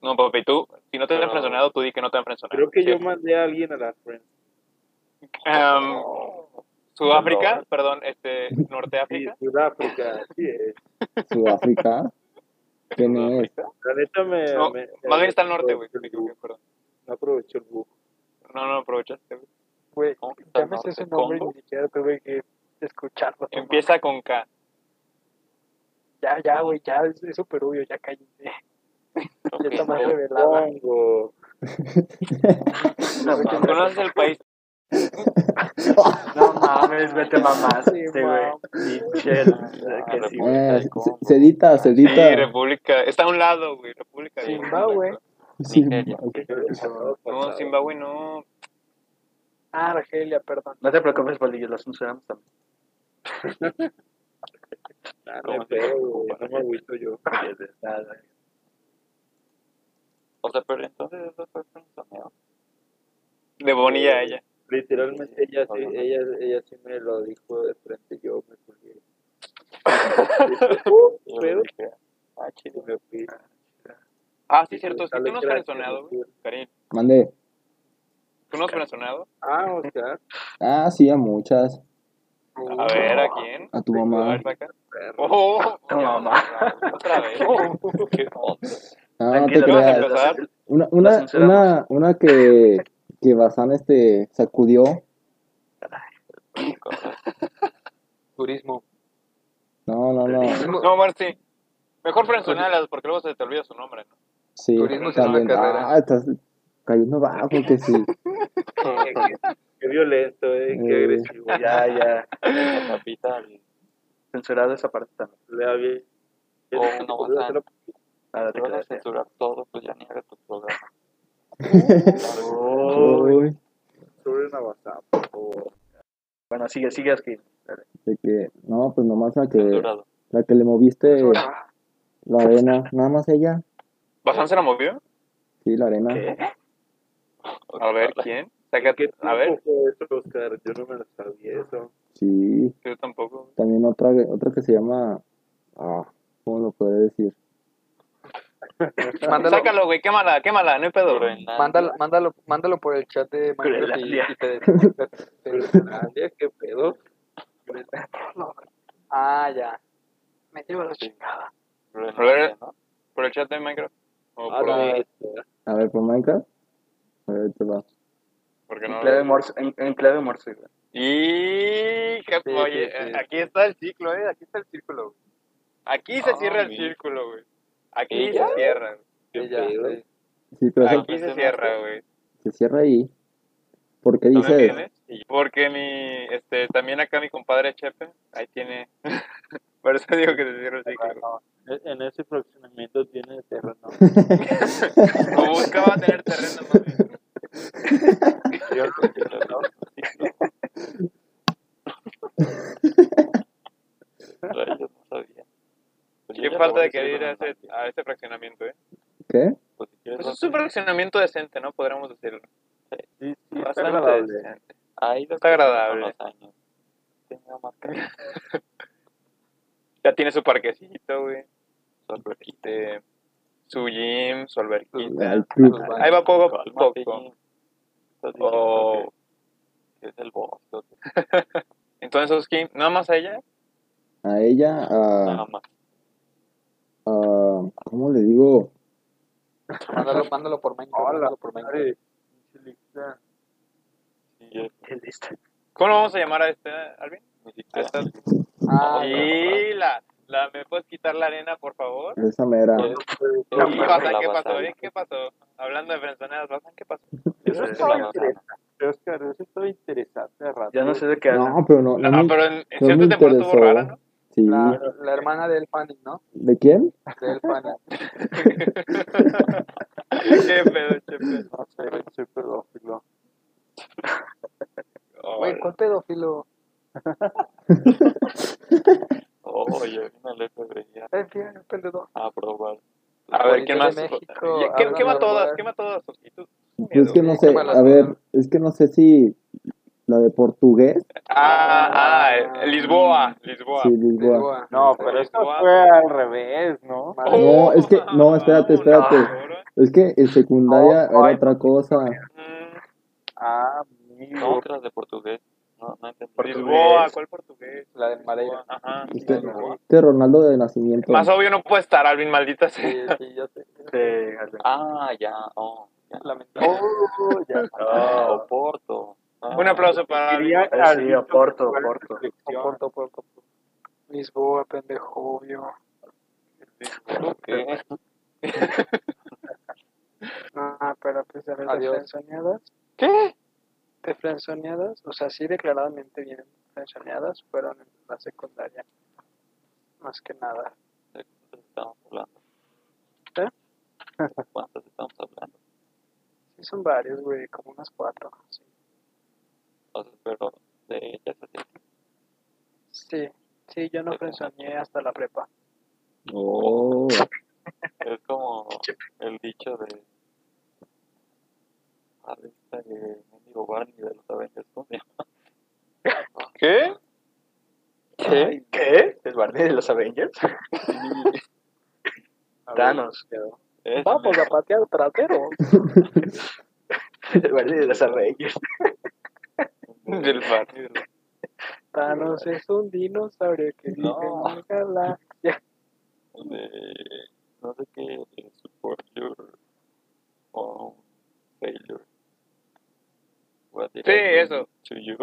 No, papi, tú, si no te han
Pero-
frenzoneado, tú di que no te han frenzoneado.
Creo que
Sí.
yo mandé a alguien a la friend.
Em, Sudáfrica,
No.
perdón, este,
Sí,
Norteáfrica.
Sudáfrica, sí es.
Sudáfrica. ¿Quién es?
La neta me.
No,
me-
más bien está al norte,
no
güey.
aprovecho
me
el bug,
equivoqué, perdón.
(laughs) No aprovecho el bug.
No, no, aprovechaste, güey.
Güey,
¿Cómo que está
ya me sé
norte?
ese nombre y
¿Congo?
ni siquiera tuve que escucharlo. toma.
Empieza con K.
Ya, ya, güey, ya, es es súper obvio, ya cállate. Ya está más
Ok,
revelada.
Congo.
Ah, ¿Conoces el país?
(laughs)
No mames, vete mamaste, Ah, güey. Pinche, que sí, güey,
Eh,
está de combo.
Cedita,
Sí,
Cedita.
República. Está a un lado, güey. República. de-
Zimbabue.
Sí,
Nigeria.
No, Zimbabue no.
Ah, Argelia, perdón.
No te preocupes, bolillo, las censuramos también.
Nah, no me pego, güey, No me agüito (laughs) yo. Nada.
O sea, pero entonces eso fue frenzoneado.
De Bonilla
Eh,
a ella.
Literalmente ella sí, ella, ella sí me lo dijo de frente, yo me colgué. Oh,
Y yo le
pedo.
dije, ah,
Y
chido.
me fui.
Ah, sí, cierto. Sí,
Dale
tú no has
gracias,
frenzoneado, güey.
güey.
Karim.
Mandé.
¿Tú no has frenzoneado?
Ah, o sea,
Ah, sí, a muchas.
Uh,
A ver, ¿a quién?
A tu
A
mamá.
ver, saca.
(laughs)
Oh,
Tu mamá.
Otra vez.
Qué onda.
Ah, no te
Tranquilo,
¿Qué vas a
creas.
empezar?
Una, una,
censuramos.
una, una que, que Bazán este, sacudió.
Turismo.
No, no, no.
Turismo,
No, Marci. Mejor frenzonealas porque luego se te olvida su nombre, ¿no?
Sí,
Turismo es
también.
una carrera.
Ah, estás cayendo bajo, que sí.
qué violento, eh, qué
Eh.
agresivo.
ya, ya.
La capital.
(laughs)
Censurado esa parte también.
Le había.
Oh, no,
pues,
o sea,
Nada,
te
te
Ah,
van a
creas. ya.
censurar todo, pues ya ni era tu programa.
Uy,
sobre una WhatsApp, por favor.
Bueno, sigue, sigue aquí.
de que, no, pues nomás la que,
Censurado.
la que le moviste la arena. Nada más ella.
¿Bazán se la movió?
Sí, la arena.
A ver, ¿quién? Saca,
¿Qué
a ver,
tiempo fue eso, Oscar? Yo no me lo sabía eso.
Sí.
yo tampoco.
También otra, otra que se llama. Ah, ¿cómo lo podré decir?
Mándalo,
Sácalo, güey, quémala, quémala, no hay pedo, güey.
Groenlandia.
mándalo, mándalo, mándalo por el chat de Minecraft y, y te, te- te-
Nadia, qué pedo.
Ah, ya.
Me llevo la chingada.
Groenlandia, ¿no?
Por el chat de Minecraft. O
Ah,
por
la
dónde?
bestia.
A ver, por Minecraft. A ver, te va.
Porque
En
no.
clave morse, en, en clave morse, güey.
Y
sí,
oye, eh,
sí.
aquí está el ciclo, eh, aquí está el círculo. güey. Aquí se
Ah,
cierra el
mira.
círculo, güey. Aquí
¿Y ya?
se cierra.
Qué
Y ya,
pedo.
sí.
Sí, pero esa-
Aquí se cierra, güey.
se cierra ahí. ¿Por qué
¿No me
dices? (laughs)
entiendes? Porque mi este también acá mi compadre Chepe, ahí tiene (laughs) Por eso digo que se cierra el ciclo.
En- En ese fraccionamiento tiene terreno.
O buscaba tener terreno, mami.
Yo creo que lo hablaba contigo.
(laughs)
Ay, yo no sabía. Pues yo
Qué
ya
falta
le voy
de
a
que ir a
decir
ese, a ese fraccionamiento, eh.
¿Qué?
Pues si quieres,
Pues
no
es un fraccionamiento decente, ¿no? Podríamos decirlo.
Sí, sí,
Bastante.
está agradable.
Ha ido
Está
creciendo
agradable.
Con los años. Tengo más que
Ya tiene su parquecito, güey.
su alberquita.
Este, su gym, su alberquita.
Al club.
Sus
Ahí
baños.
va Oh. poco a
Cálmate,
poco.
estás diciendo
O,
que es el bosque, o que
entonces, ¿quién? ¿Nada más a ella?
A ella, a,
Ah.
nada más.
a. ¿Cómo le digo?
Mándalo, mándalo por Minecraft.
Hola.
mándalo por Minecraft.
Madre, pinche lista.
Sí, yo
¿Cómo lo vamos a llamar a este, Alvin?
ni
A
siquiera.
esta-
Ah,
Ay,
Y la, la, ¿me puedes quitar la arena, por favor?
Esa mera.
Yo-
Y
yo- yo-
Bazán,
la
¿qué
vas a-
pasó? eh? ¿Qué pasó? Hablando de frenzoneadas, Bazán, ¿qué pasó?
yo creo que la vas a-
este Oscar, eso estuvo interesante. Rato.
Ya no sé de qué hablan.
No, pero no. no,
Ah,
me-
pero en, en
no me
cierta temporada estuvo
interesó.
rara, ¿no?
Sí.
La, la hermana de El Fanning, ¿no?
¿De quién?
De El Fanning.
(laughs) qué pedo, qué pedo.
No sé, güey, soy pedófilo.
Güey, ¿cuál pedófilo?
Oh, yo vine al FBI
El fiel perdedor.
a probar.
a ver, ¿quién
Policía
más?
de México,
Ya, ¿qué-
hablan
quema
de
todas,
robar.
quema todas. Osito.
Yo es que no
Sí,
sé.
cámara,
A ver,
cámara.
es que no sé si la de portugués.
Ah, ah, eh, Lisboa, Lisboa.
Sí, Lisboa.
Lisboa.
No, pero
sí,
eso
guapo.
fue al revés, ¿no?
Madre.
No, es que- no, espérate, espérate.
ahora,
Es que en secundaria
No,
era
ay.
otra cosa.
mm,
Ah,
No,
amigo.
que las de portugués. No, no entendí.
Lisboa, ¿cuál portugués?
La de Madeira.
Ajá.
Es que, este Ronaldo de nacimiento.
Más obvio no puede estar, Alvin, maldita sea.
Sí, sí, yo sé.
Sí, Alvin.
Ah, ya, oh, ya.
Lamentable.
Oh.
Ah, Oporto. Ah,
(laughs) Un aplauso para Alvin.
Quería
Ah, sí,
al-
Oporto, Oporto.
reflexión.
Porto, Porto.
Lisboa, pendejo, obvio.
¿qué?
Ah, pero pues a ver, de
Adiós.
frenzoneadas.
¿Qué?
De frenzoneadas, o sea, sí declaradamente bien frenzoneadas, fueron en la secundaria. Más que nada.
¿De cuántas estamos hablando?
¿Eh?
¿De cuántas estamos hablando?
Sí, son varios, güey, como unas cuatro. Sí,
O sea, pero de ellas así.
sí, sí, yo no frenzoneé hasta la prepa.
Oh.
Es como el dicho de. Arresta de Mendigo Barney de los Avengers. ¿Cómo se llama?
¿Qué?
¿Qué?
¿Qué?
¿El Barney de los Avengers? Thanos.
Ese
Vamos a patear (laughs) trasero.
El Barney de los Avengers.
Del barrio. (laughs)
Thanos es un dinosaurio que vive
No.
en la galaxia.
de no sé qué de support your own failure what did
Sí,
I mean
eso.
to you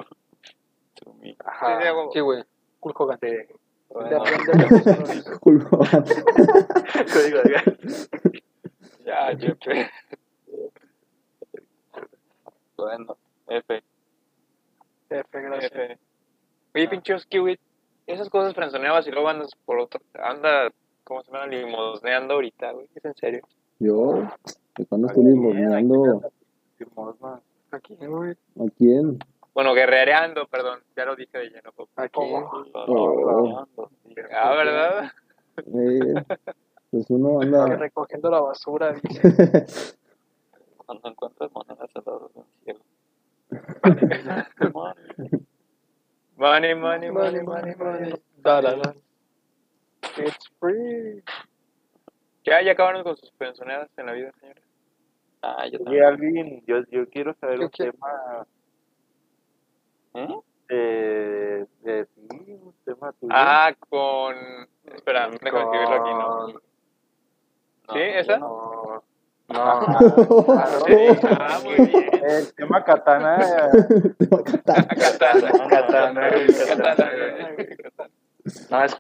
(laughs) to me
Sí, sí, a huevo.
Sí, güey.
Hulk Hogan. Te
Bueno,
aprende los errores.
Hulk Hogan.
Código de guerra.
ya yo bueno F
F, gracias.
F. Oye, pinche Oski, güey, esas cosas frenzoneabas y luego andas por otro, anda, ¿cómo se llama? Limosneando ahorita, güey, es en serio.
Yo, pues, ¿de cuándo estoy limosneando?
Limosna.
Aquí, güey.
¿A quién?
Bueno, guerrereando, perdón, ya lo dije de lleno. Poco.
Aquí.
Oh.
Oh.
Pues
Ah, ¿verdad?
Eh, pues uno
Que
anda.
recogiendo
(laughs)
la basura, dice.
ah, cuando encuentras monedas al lado de un cielo
Money, money, money, money,
money,
money.
money. It's free.
Ya, ya acabaron con sus frenzoneadas en la vida, señores.
ah yo
Oye,
también
Alvin, yo, yo quiero saber
Yo
un
quiero-
tema
¿Eh?
de, de ti, un tema tuyo.
Ah, con... Espera, déjame escribirlo aquí, ¿no?
No,
¿Sí?
yo
¿Esa?
no.
No,
Ah, Sí, ah, muy bien.
(laughs) El tema katana.
Te va a catar.
Katana.
Katana.
Katana, güey.
No, es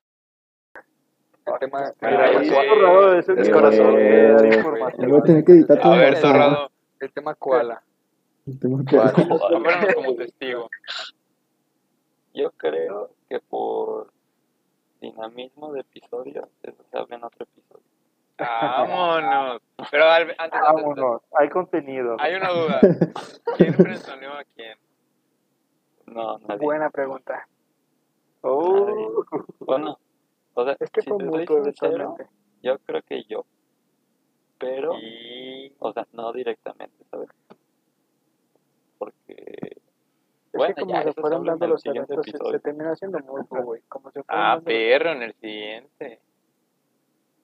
el tema...
Ay,
es
sí.
borrado de ese
Es
video.
corazón.
Eh,
Eh,
informativo.
Voy a tener que editar
A
todo
ver,
eso.
zorrado,
El tema koala.
El tema que-
Bueno,
vámonos como testigo.
Yo creo que por dinamismo de episodio, se sabe en otro episodio.
Vámonos. Pero Alve- antes, antes, antes,
Vámonos, hay contenido.
hay una
(laughs)
duda. ¿Quién frenzoneó a quién?
No, (laughs) nadie.
(laughs) Buena pregunta.
Oh,
Bueno, o sea,
Es que
si
Este fue
te
muy
soy sincero,
totalmente.
yo creo que yo. Pero,
Y...
o sea, no directamente, ¿sabes? Porque.
Es
Bueno,
que como
ya,
se
eso
fueron
habla en
dando
el
los
siguiente
eventos, se,
episodio.
se terminó haciendo mucho, güey. Como se fueron
Ah,
dando los-
perro, en el siguiente.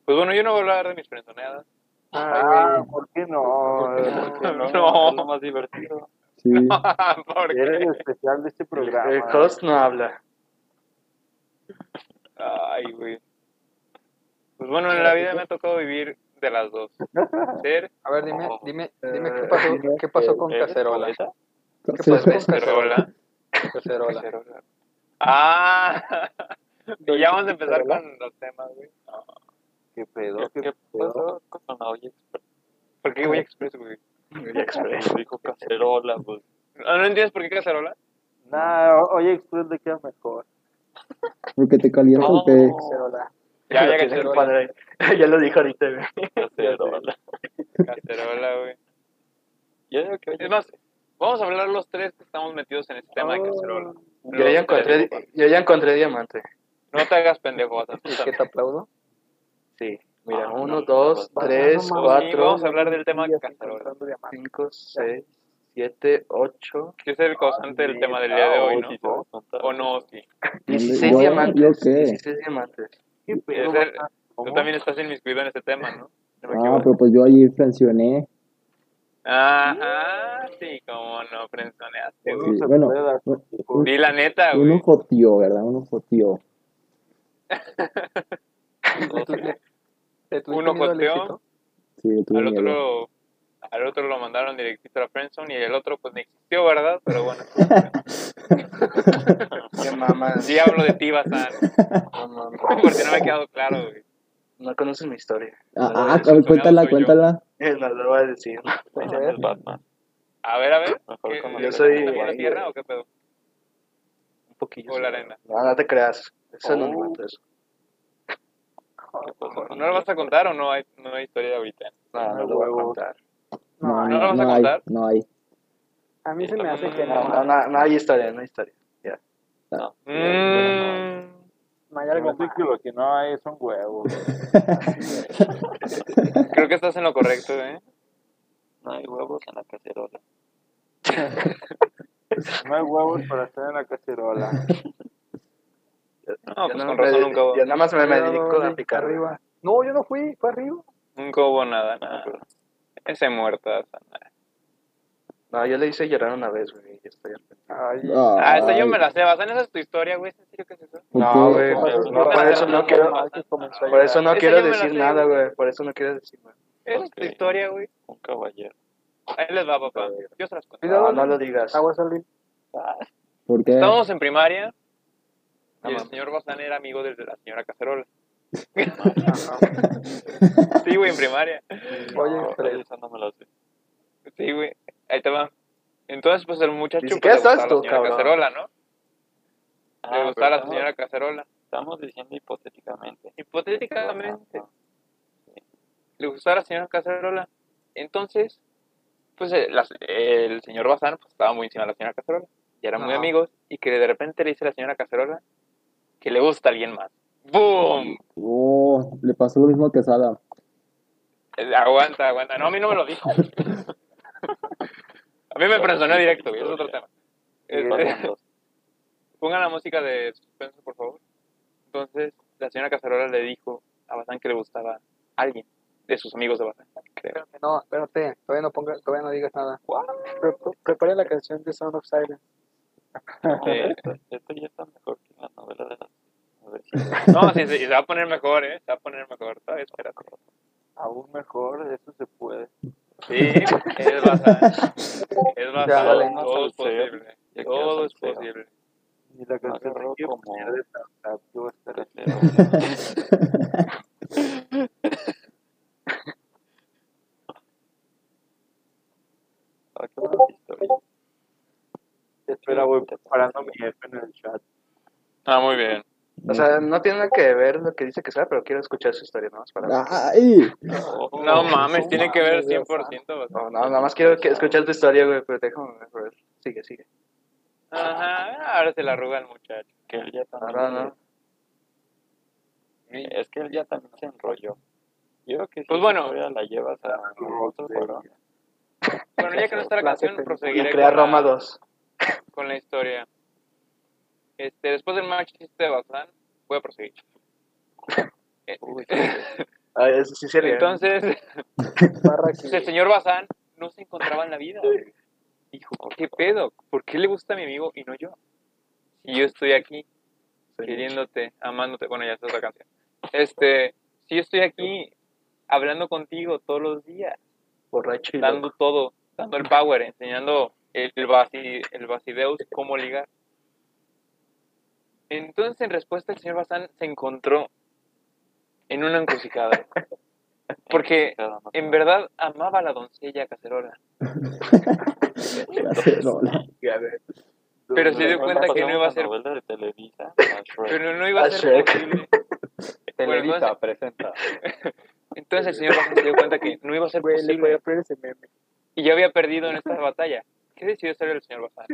Pues bueno, yo no voy a hablar de mis frenzoneadas.
Ah,
(laughs)
ah, ¿por qué no?
¿Por qué no?
Ah, No.
Es lo más divertido.
(laughs)
Sí.
Era
Porque...
el especial de este programa.
el host no habla.
Ay, güey. Pues bueno, en la vida me ha tocado vivir de las dos. Ser
A ver, dime,
Oh.
dime, dime
Eh,
qué
(laughs)
pasó, qué pasó con
¿Eres
Cacerola.
poeta?
¿Qué
Sí.
pasó con
cacerola.
(laughs)
Cacerola.
Ah, y ya vamos a empezar con los temas, güey.
¿Qué pedo?
¿Qué, qué pasó con la olla express?
¿Por qué voy a expreso, güey? (laughs)
Dijo cacerola, pues.
Ah, ¿No no entiendes por qué cacerola?
Nah, o- oye, Express le queda mejor.
Porque te calienta o qué.
Cacerola.
Ya había
Lo tiene el
cacerola.
padre. (laughs) ya lo dijo ahorita, güey.
Cacerola.
Cacerola, güey.
Yo digo que
Es más, vamos a hablar los tres que estamos metidos en este tema de cacerola.
Yo ya, encontré, yo ya encontré diamante.
No te hagas pendejo, vas a-
¿Y qué te aplaudo?
Sí. Mira,
Ah,
uno,
no,
dos,
no,
tres,
no, no, sí,
cuatro,
vamos a hablar del tema de cacerola,
Encontrando diamantes.
cinco, seis, siete, ocho,
que es el causante del tema del día de hoy, ¿no? O no, sí.
¿Yo?
dieciséis
¿Yo
diamantes.
qué?
Dieciséis diamantes.
Es el- tú también estás inmiscuido en este tema, ¿no? No me
Ah,
equivoco.
pero pues yo allí fraccioné.
Ajá, Ah, sí, cómo no, frenzoneaste, güey.
Sí, bueno, un-
Di la neta,
uno
güey.
jotió, ¿verdad? Uno jotió.
¿Te tuviste
Uno
miedo al
coteó.
éxito?
Sí, yo tuve
Al
miedo.
otro, al otro lo mandaron directito a Friendzone y el otro pues no existió, ¿verdad? Pero bueno,
Qué mamas.
pues, sí hablo de ti, Bazán,
No, no, no.
(laughs) porque no me ha quedado claro, güey.
No conoces mi historia.
Ah,
No,
ah,
el
a ver, cuéntala,
soy yo.
cuéntala.
Eh, No lo voy
(laughs)
a decir.
Pues,
Es Batman.
A ver, a ver.
Mejor
¿qué-
como
yo
¿es
soy-
como la tierra o qué pedo?
Un poquillo.
O la arena. Oh,
No, no te creas. Es anonimato eso.
¿No lo vas a contar o no hay, no hay historia de ahorita?
No, no lo voy a contar.
No,
¿no la
no,
vas a
hay,
contar?
no hay.
A mí se me hace que
No,
no.
no, no, no hay historia, no hay historia.
Mmm.
No hay algo
Parece
más.
que lo que no hay son huevos.
Creo que estás en lo correcto, ¿eh?
No hay huevos en la cacerola.
No hay huevos para hacer en la cacerola.
No, pues
Yo
con
me-
razón nunca hubo,
Yo nada más me, me dedico a
Dale,
picar.
arriba. No, yo no fui, fue arriba.
nunca hubo nada, nada. Ese muerto, Bazán.
No, yo le hice llorar una vez, güey. Yo estoy arrepentido.
Ay,
Ah, esa yo
Ay,
me
(laughs)
la sé, Bazán, esa es tu historia, güey. ¿Es en serio que es eso?
¿por
No,
qué?
güey.
pues,
No,
no,
por
no,
eso
no,
no quiero. Por eso no
Esa
quiero
yo me la
decir
sé,
nada,
güey.
güey. Por eso no quiero decir nada.
Esa es tu
Ok.
historia, güey.
Un caballero.
Ahí les va, papá. Yo se las cuento.
No, no lo digas.
Ah,
Ah,
agua salir.
¿Por qué?
Estábamos en primaria
No
y el
mames.
señor Bazán era amigo de la señora Cacerola. sí, güey, en primaria.
Oye,
No,
Express.
esa no me la sé.
Sí, güey. Ahí te va. Entonces, pues el muchacho
Ni
pues,
siquiera
le gustaba
estás
a la
tú,
señora
cabrón.
Cacerola, ¿no?
Ah,
Le gustaba a la
pero
señora Cacerola.
Estamos diciendo hipotéticamente.
Hipotéticamente,
Ajá.
le gustaba a la señora Cacerola. Entonces, pues eh, la- el señor Bazán pues, estaba muy encima de la señora Cacerola. Y eran muy
Ajá.
amigos. Y que de repente le dice a la señora Cacerola que le gusta a alguien más. ¡Boom!
(laughs) Oh, le pasó lo mismo que a Sada.
Eh, Aguanta, aguanta. No, a mí no me lo dijo. a mí me presionó directo, güey. Es otro tema. Este,
Pasan dos.
(laughs) pongan la música de suspenso, por favor. Entonces, la señora Cacerola le dijo a Bazán que le gustaba alguien de sus amigos de Bazán, creo.
No, espérate, todavía no, ponga, todavía no digas nada.
Pre- pre- Prepara la canción de Sound of Silence.
No,
Eh.
esto, esto ya está mejor que la novela de la. A ver si.
No, sí, sí, se va a poner mejor, ¿eh? Se va a poner mejor. Todavía espérate.
(laughs) Aún mejor, eso se puede.
Sí, es Bazán. Es Bazán.
Ya,
vale.
Todo es
Salseo.
posible.
Ya
Todo
queda
es
salseo.
posible.
Y la canción
Agarró
de
como-
como... de Tap Tap, yo voy a estar aquí.
Cacerola. Ah, qué buena historia.
Espera, voy preparando mi F en el chat.
Ah, muy bien.
O sea, no tiene nada que ver lo que dice que sea, pero quiero escuchar su historia nada más
Ah,
para.
Ay,
No mames, tiene que ver
mames, Dios
100%. Bazán.
No, no, nada más quiero que- escuchar tu historia, güey. Pero déjame ver. Sigue, sigue.
Ajá, ahora se la arruga el muchacho.
Que él ya
No,
también
no, no.
se- Es que él ya también se enrolló. Yo creo que si
Pues
esa
bueno.
historia la llevas a otro programa.
Bueno, ya que no está la canción,
Y
proseguiré
crea
con la-
Roma 2.
con la historia. Este, después del match que hiciste de Bazán, voy a proseguir. Eh,
Ah, eso sí
(laughs)
sería.
Entonces,
Barra
pues, el
que
señor Bazán no se encontraba en la vida. Dijo, ¿qué pedo? ¿Por qué le gusta a mi amigo y no yo? Si yo estoy aquí, queriéndote, amándote. Bueno, ya esa es la canción. Este, si yo estoy aquí hablando contigo todos los días,
borracho y
dando todo, dando el power, enseñando el, basi, el Basideus cómo ligar. Entonces, en respuesta, el señor Bazán se encontró en una encrucijada. Porque
Cada uno
en verdad amaba a la doncella cacerola.
clase de novela.
Pero se dio
Fue
cuenta
más
que no
una
iba a ser.
novela de Televisa, a Shrek.
Pero no iba a
A
ser
Shrek. (laughs)
posible.
Televisa presenta.
(laughs) Entonces el señor Bajo se dio cuenta que no iba a ser
Güey, le voy
posible.
a poner ese meme.
Y ya había perdido en esta batalla. ¿Qué decidió hacer el señor Bajo?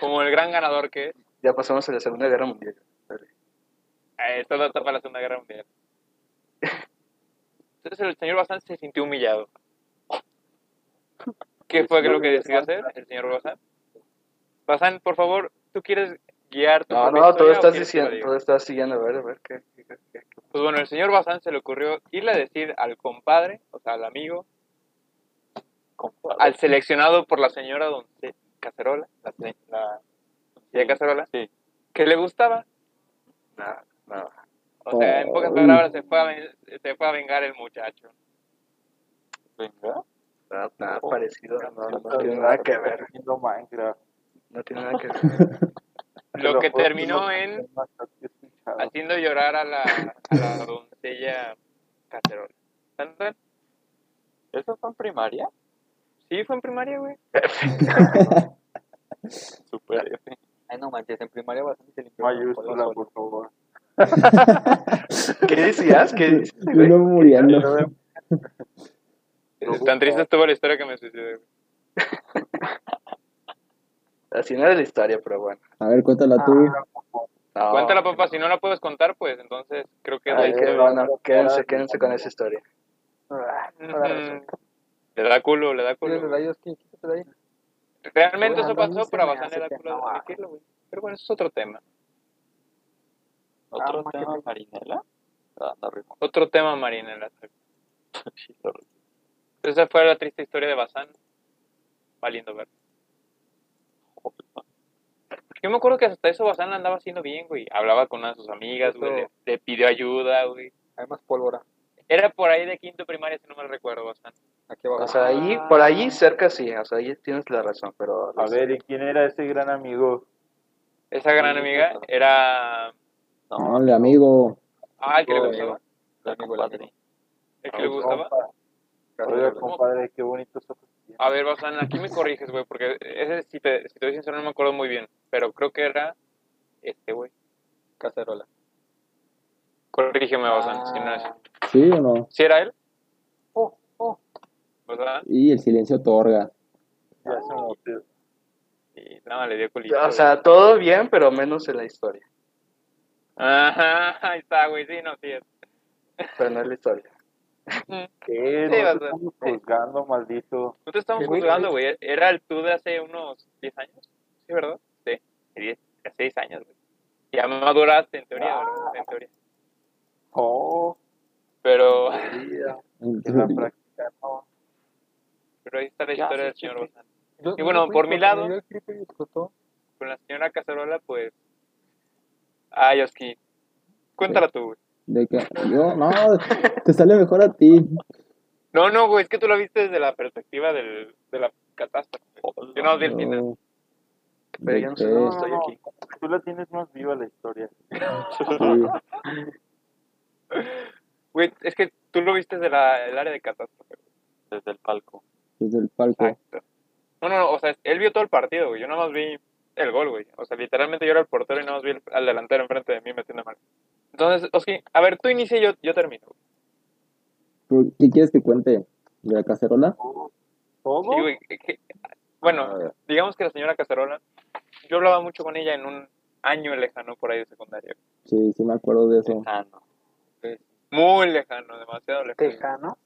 Como el gran ganador que es,
Ya pasamos a la Segunda Guerra Mundial.
eh, esto no está para la Segunda Guerra Mundial. Entonces el señor Bazán se sintió humillado. ¿Qué fue lo que decidió hacer el señor Bazán? Bazán, por favor, ¿tú quieres guiar tu
No,
propia
no,
historia
todo
o
estás
quieres que lo
diciendo,
diga?
todo estás siguiendo, a ver, a ver, qué, qué- qué- qué- qué-
Pues bueno, el señor Bazán se le ocurrió irle a decir al compadre, o sea, al amigo, al seleccionado por la señora Don Ce- Cacerola, la, se- la tía Cacerola,
Sí.
que le gustaba.
nada, nada.
O sea, en pocas palabras se fue, a, ven- se fue a vengar el muchacho.
Venga.
Nada, nada parecido, no, no tiene nada que ver, no tiene nada que ver.
Lo que terminó en haciendo llorar a la, a la doncella Cacerola. Tan, tan.
¿Eso fue en primaria?
Sí, fue en primaria, güey.
Super F.
Ay, no manches, en primaria bastante limpio.
Mayúscula, por favor.
¿Qué decías? ¿Qué
Yo (laughs)
dices? güey?
no muriendo.
Tan triste estuvo la historia que me suicidé. güey.
Así no era la historia, pero bueno.
A ver, cuéntala
Ah,
tú.
No,
Cuéntala, papá. Si no la puedes contar, pues entonces creo que es la
ay, que
historia.
no, no, quédense, quédense con esa historia.
Ahora resulta.
Le da culo, le da culo.
Tírale rayos, ¿quién quita de ahí?
Realmente
Bueno,
eso
a mí
pasó,
se
pero a
me
Bazán
hace
le da
que
culo
no. ah.
admitirlo, güey. Pero bueno, eso es otro tema.
¿Otro
Ah,
tema, Marinela? Ah, no rico.
Otro tema, Marinela.
Sí, lo rico.
Esa fue la triste historia de Bazán. Valiendo ver. Yo me acuerdo que hasta eso Bazán la andaba haciendo bien, güey. Hablaba con una de sus amigas, güey. Le,
Eso.
le pidió ayuda, güey.
Hay más pólvora.
Era por ahí de quinto primaria, si no me recuerdo, Bazán.
Aquí abajo.
O sea, ahí, por ahí cerca sí, o sea, ahí tienes la razón, pero...
A ver, ¿y quién era ese gran amigo?
Esa gran
Sí,
amiga
claro.
era...
No, el amigo.
Ah, el que le
Oh,
gustaba.
La compadre.
El que le gustaba.
Oiga,
¿Cómo?
compadre, qué bonitos ojos tiene.
A ver, Bazán, aquí me corriges, güey, porque ese, si te, si te doy sincero, no me acuerdo muy bien. Pero creo que era este, güey.
Cacerola.
Corrígeme, Bazán, si no es.
¿Sí o no?
¿Si era él?
Ah. Oh, oh.
¿Verdad?
Y el silencio otorga.
Ya se murió.
Y nada, más le dio culito.
O
güey.
sea, todo bien, pero menos en la historia,
Ajá, ahí está, güey, sí, no, sí. es.
pero no es la historia.
¿Qué?
Sí,
No te
vas a-
estamos juzgando, maldito.
No te estamos
Sí, güey,
juzgando, güey. Era el tú de hace unos 10 años, ¿sí, verdad? Sí, de 10, hace 6 años, güey. Ya maduraste, en teoría, ¿verdad? En teoría.
Oh,
Pero,
en la práctica no.
pero ahí está la
¿Qué
historia del
haces,
señor
Chepe?
Bazán.
Yo-
Y bueno,
yo
por mi lado-
cuando yo el creeper explotó,
Con la señora Cacerola, pues. Ay, Oski. Cuéntala tú, güey.
De que yo, no, te sale mejor a ti.
No, no, güey, es que tú la viste desde la perspectiva del, de la catástrofe. Yo no vi el final.
No.
Pero
De
yo no
que-
sé, no estoy aquí.
Tú la tienes más viva la historia.
sí.
Güey, es que tú lo viste desde la, el área de catástrofe. güey.
Desde el palco.
desde el pues palco.
Exacto. No, no, no, o sea, él vio todo el partido, güey. Yo nada más vi el gol, güey. O sea, literalmente yo era el portero y nada más vi el- al delantero enfrente de mí metiendo mal. Entonces, Oski, a ver, tú inicia y yo, yo termino. güey.
Pero, ¿Qué quieres que cuente? ¿De la cacerola?
¿Todo?
Sí,
Oh.
güey, que- que- bueno, digamos que la señora Cacerola, yo hablaba mucho con ella en un año lejano por ahí de secundaria. güey.
Sí, sí me acuerdo de eso.
(laughs) Ah, no.
Muy lejano, demasiado lejano.
Tejano.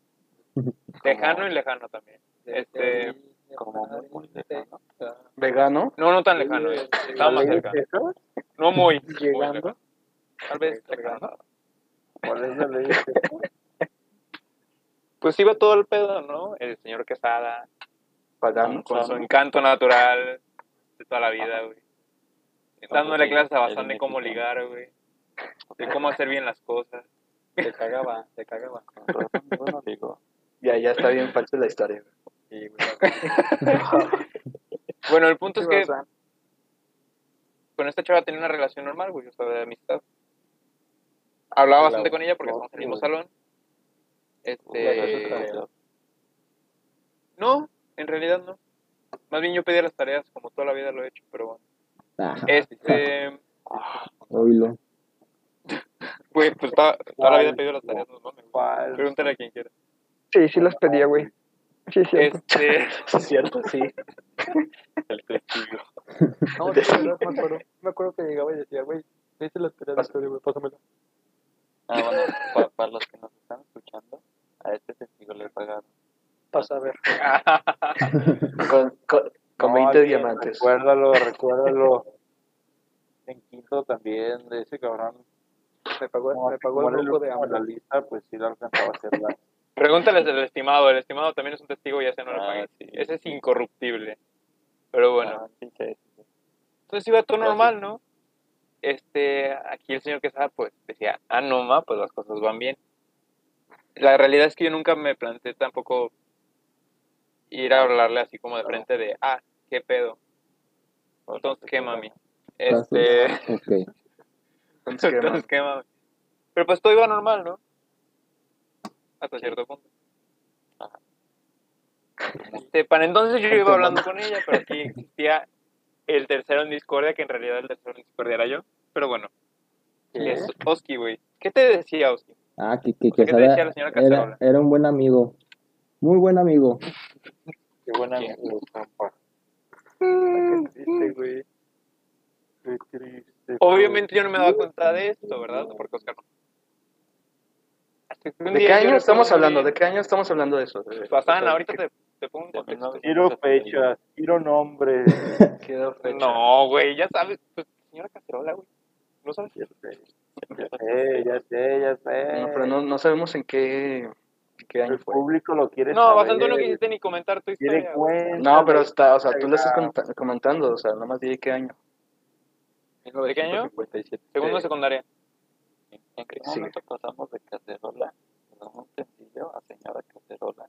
Lejano y lejano también. Este,
Como muy, muy lejano.
¿Vegano?
no, no tan lejano, eh. estaba más cerca. No muy. muy
Llegando.
lejano. Tal vez lejano.
¿Cuál es la ley?
Pues iba todo el pedo, ¿no? El señor Quesada,
¿Pagano?
con su encanto natural de toda la vida, güey. Dándole clases a Bazán de cómo ligar, güey. De cómo hacer bien las cosas.
Te cagaba, te cagaba.
Con razón, yo no digo.
Ya, ya está bien falsa
(laughs)
la historia.
Sí, güey.
Bueno, el punto
Sí,
pues es que
o sea,
con esta chava tenía una relación normal, güey, o sea, de amistad. Hablaba
Hola,
bastante con ella porque
no,
estamos en el
güey.
mismo salón.
Uy, eso es pues,
Este,
demasiado.
no, en realidad no. Más bien yo pedía las tareas, como toda la vida lo he hecho, pero bueno.
Ah,
Este,
oílo. (laughs)
güey, pues toda, toda la vida he pedido las tareas, no mames. güey. Pregúntale a quien quiera.
Sí, sí las pedía, güey. Sí, sí.
Este,
¿Cierto?
(laughs)
Sí.
No, sí, la verdad, me acuerdo, me acuerdo que llegaba y decía, güey, me hice las tareas de historia, güey, pásamela.
Ah, bueno, para, para los que nos están escuchando, a este testigo le pagaron.
Pasa a ver.
(laughs) Con, con, con
No,
20
sí,
diamantes.
Recuérdalo, recuérdalo. En quinto también, de ese cabrón.
Me pagó,
como-
me pagó
como
el
era
grupo de
último en
AMLO.
la lista, pues sí lo alcanzaba a hacer la-
pregúntales al estimado, el estimado también es un testigo y ese no lo
Ah,
pagué.
sí.
Ese es incorruptible. Pero bueno.
Ah, sí, sí, sí.
Entonces iba todo normal, ¿no? Este, aquí el señor Quesada pues decía, ah, no, ma, pues las cosas van bien. La realidad es que yo nunca me planteé tampoco ir a hablarle así como de frente de, ah, qué pedo. Entonces, qué mami. Este,
Ok.
(laughs) entonces, qué mami. Pero pues todo iba normal, ¿no? Hasta cierto punto. Este, para entonces yo iba hablando con ella, pero aquí existía el tercero en discordia, que en realidad el tercero en discordia era yo. Pero bueno, es Oski, güey. ¿Qué te decía Oski?
Ah, que, que,
¿Qué te
Quesada
decía la señora
era,
Cacerola?
era un buen amigo. Muy buen amigo.
Qué buena
¿Quién?
luz, compa.
Triste, güey.
Qué triste.
Obviamente yo no me daba cuenta de esto, ¿verdad? Porque Oscar no. Hasta que un
¿De
día
qué
yo
año
recuerdo
estamos hablando?
bien-
¿De qué año estamos hablando de eso?
Pasan, ahorita te, te pongo un
De
contexto.
1970.
Quiero fechas, quiero nombres.
Quedó fecha.
No, güey, ya sabes. Pues, señora Cacerola, güey. No sabes.
ya sé, ya sé, ya sé. ya sé.
No, pero no, no sabemos en qué, en qué año
El
fue.
público lo quiere
No,
saber.
bastante no quisiste ni comentar tu
Quiere
historia. güey.
cuenta.
No, pero está, o sea, tú le estás conta- comentando, o sea, nomás di qué año.
¿De qué año?
57.
Segundo de secundaria.
pues, ¿En en qué
Sí.
momento pasamos de cacerola? De un sencillo a señora cacerola.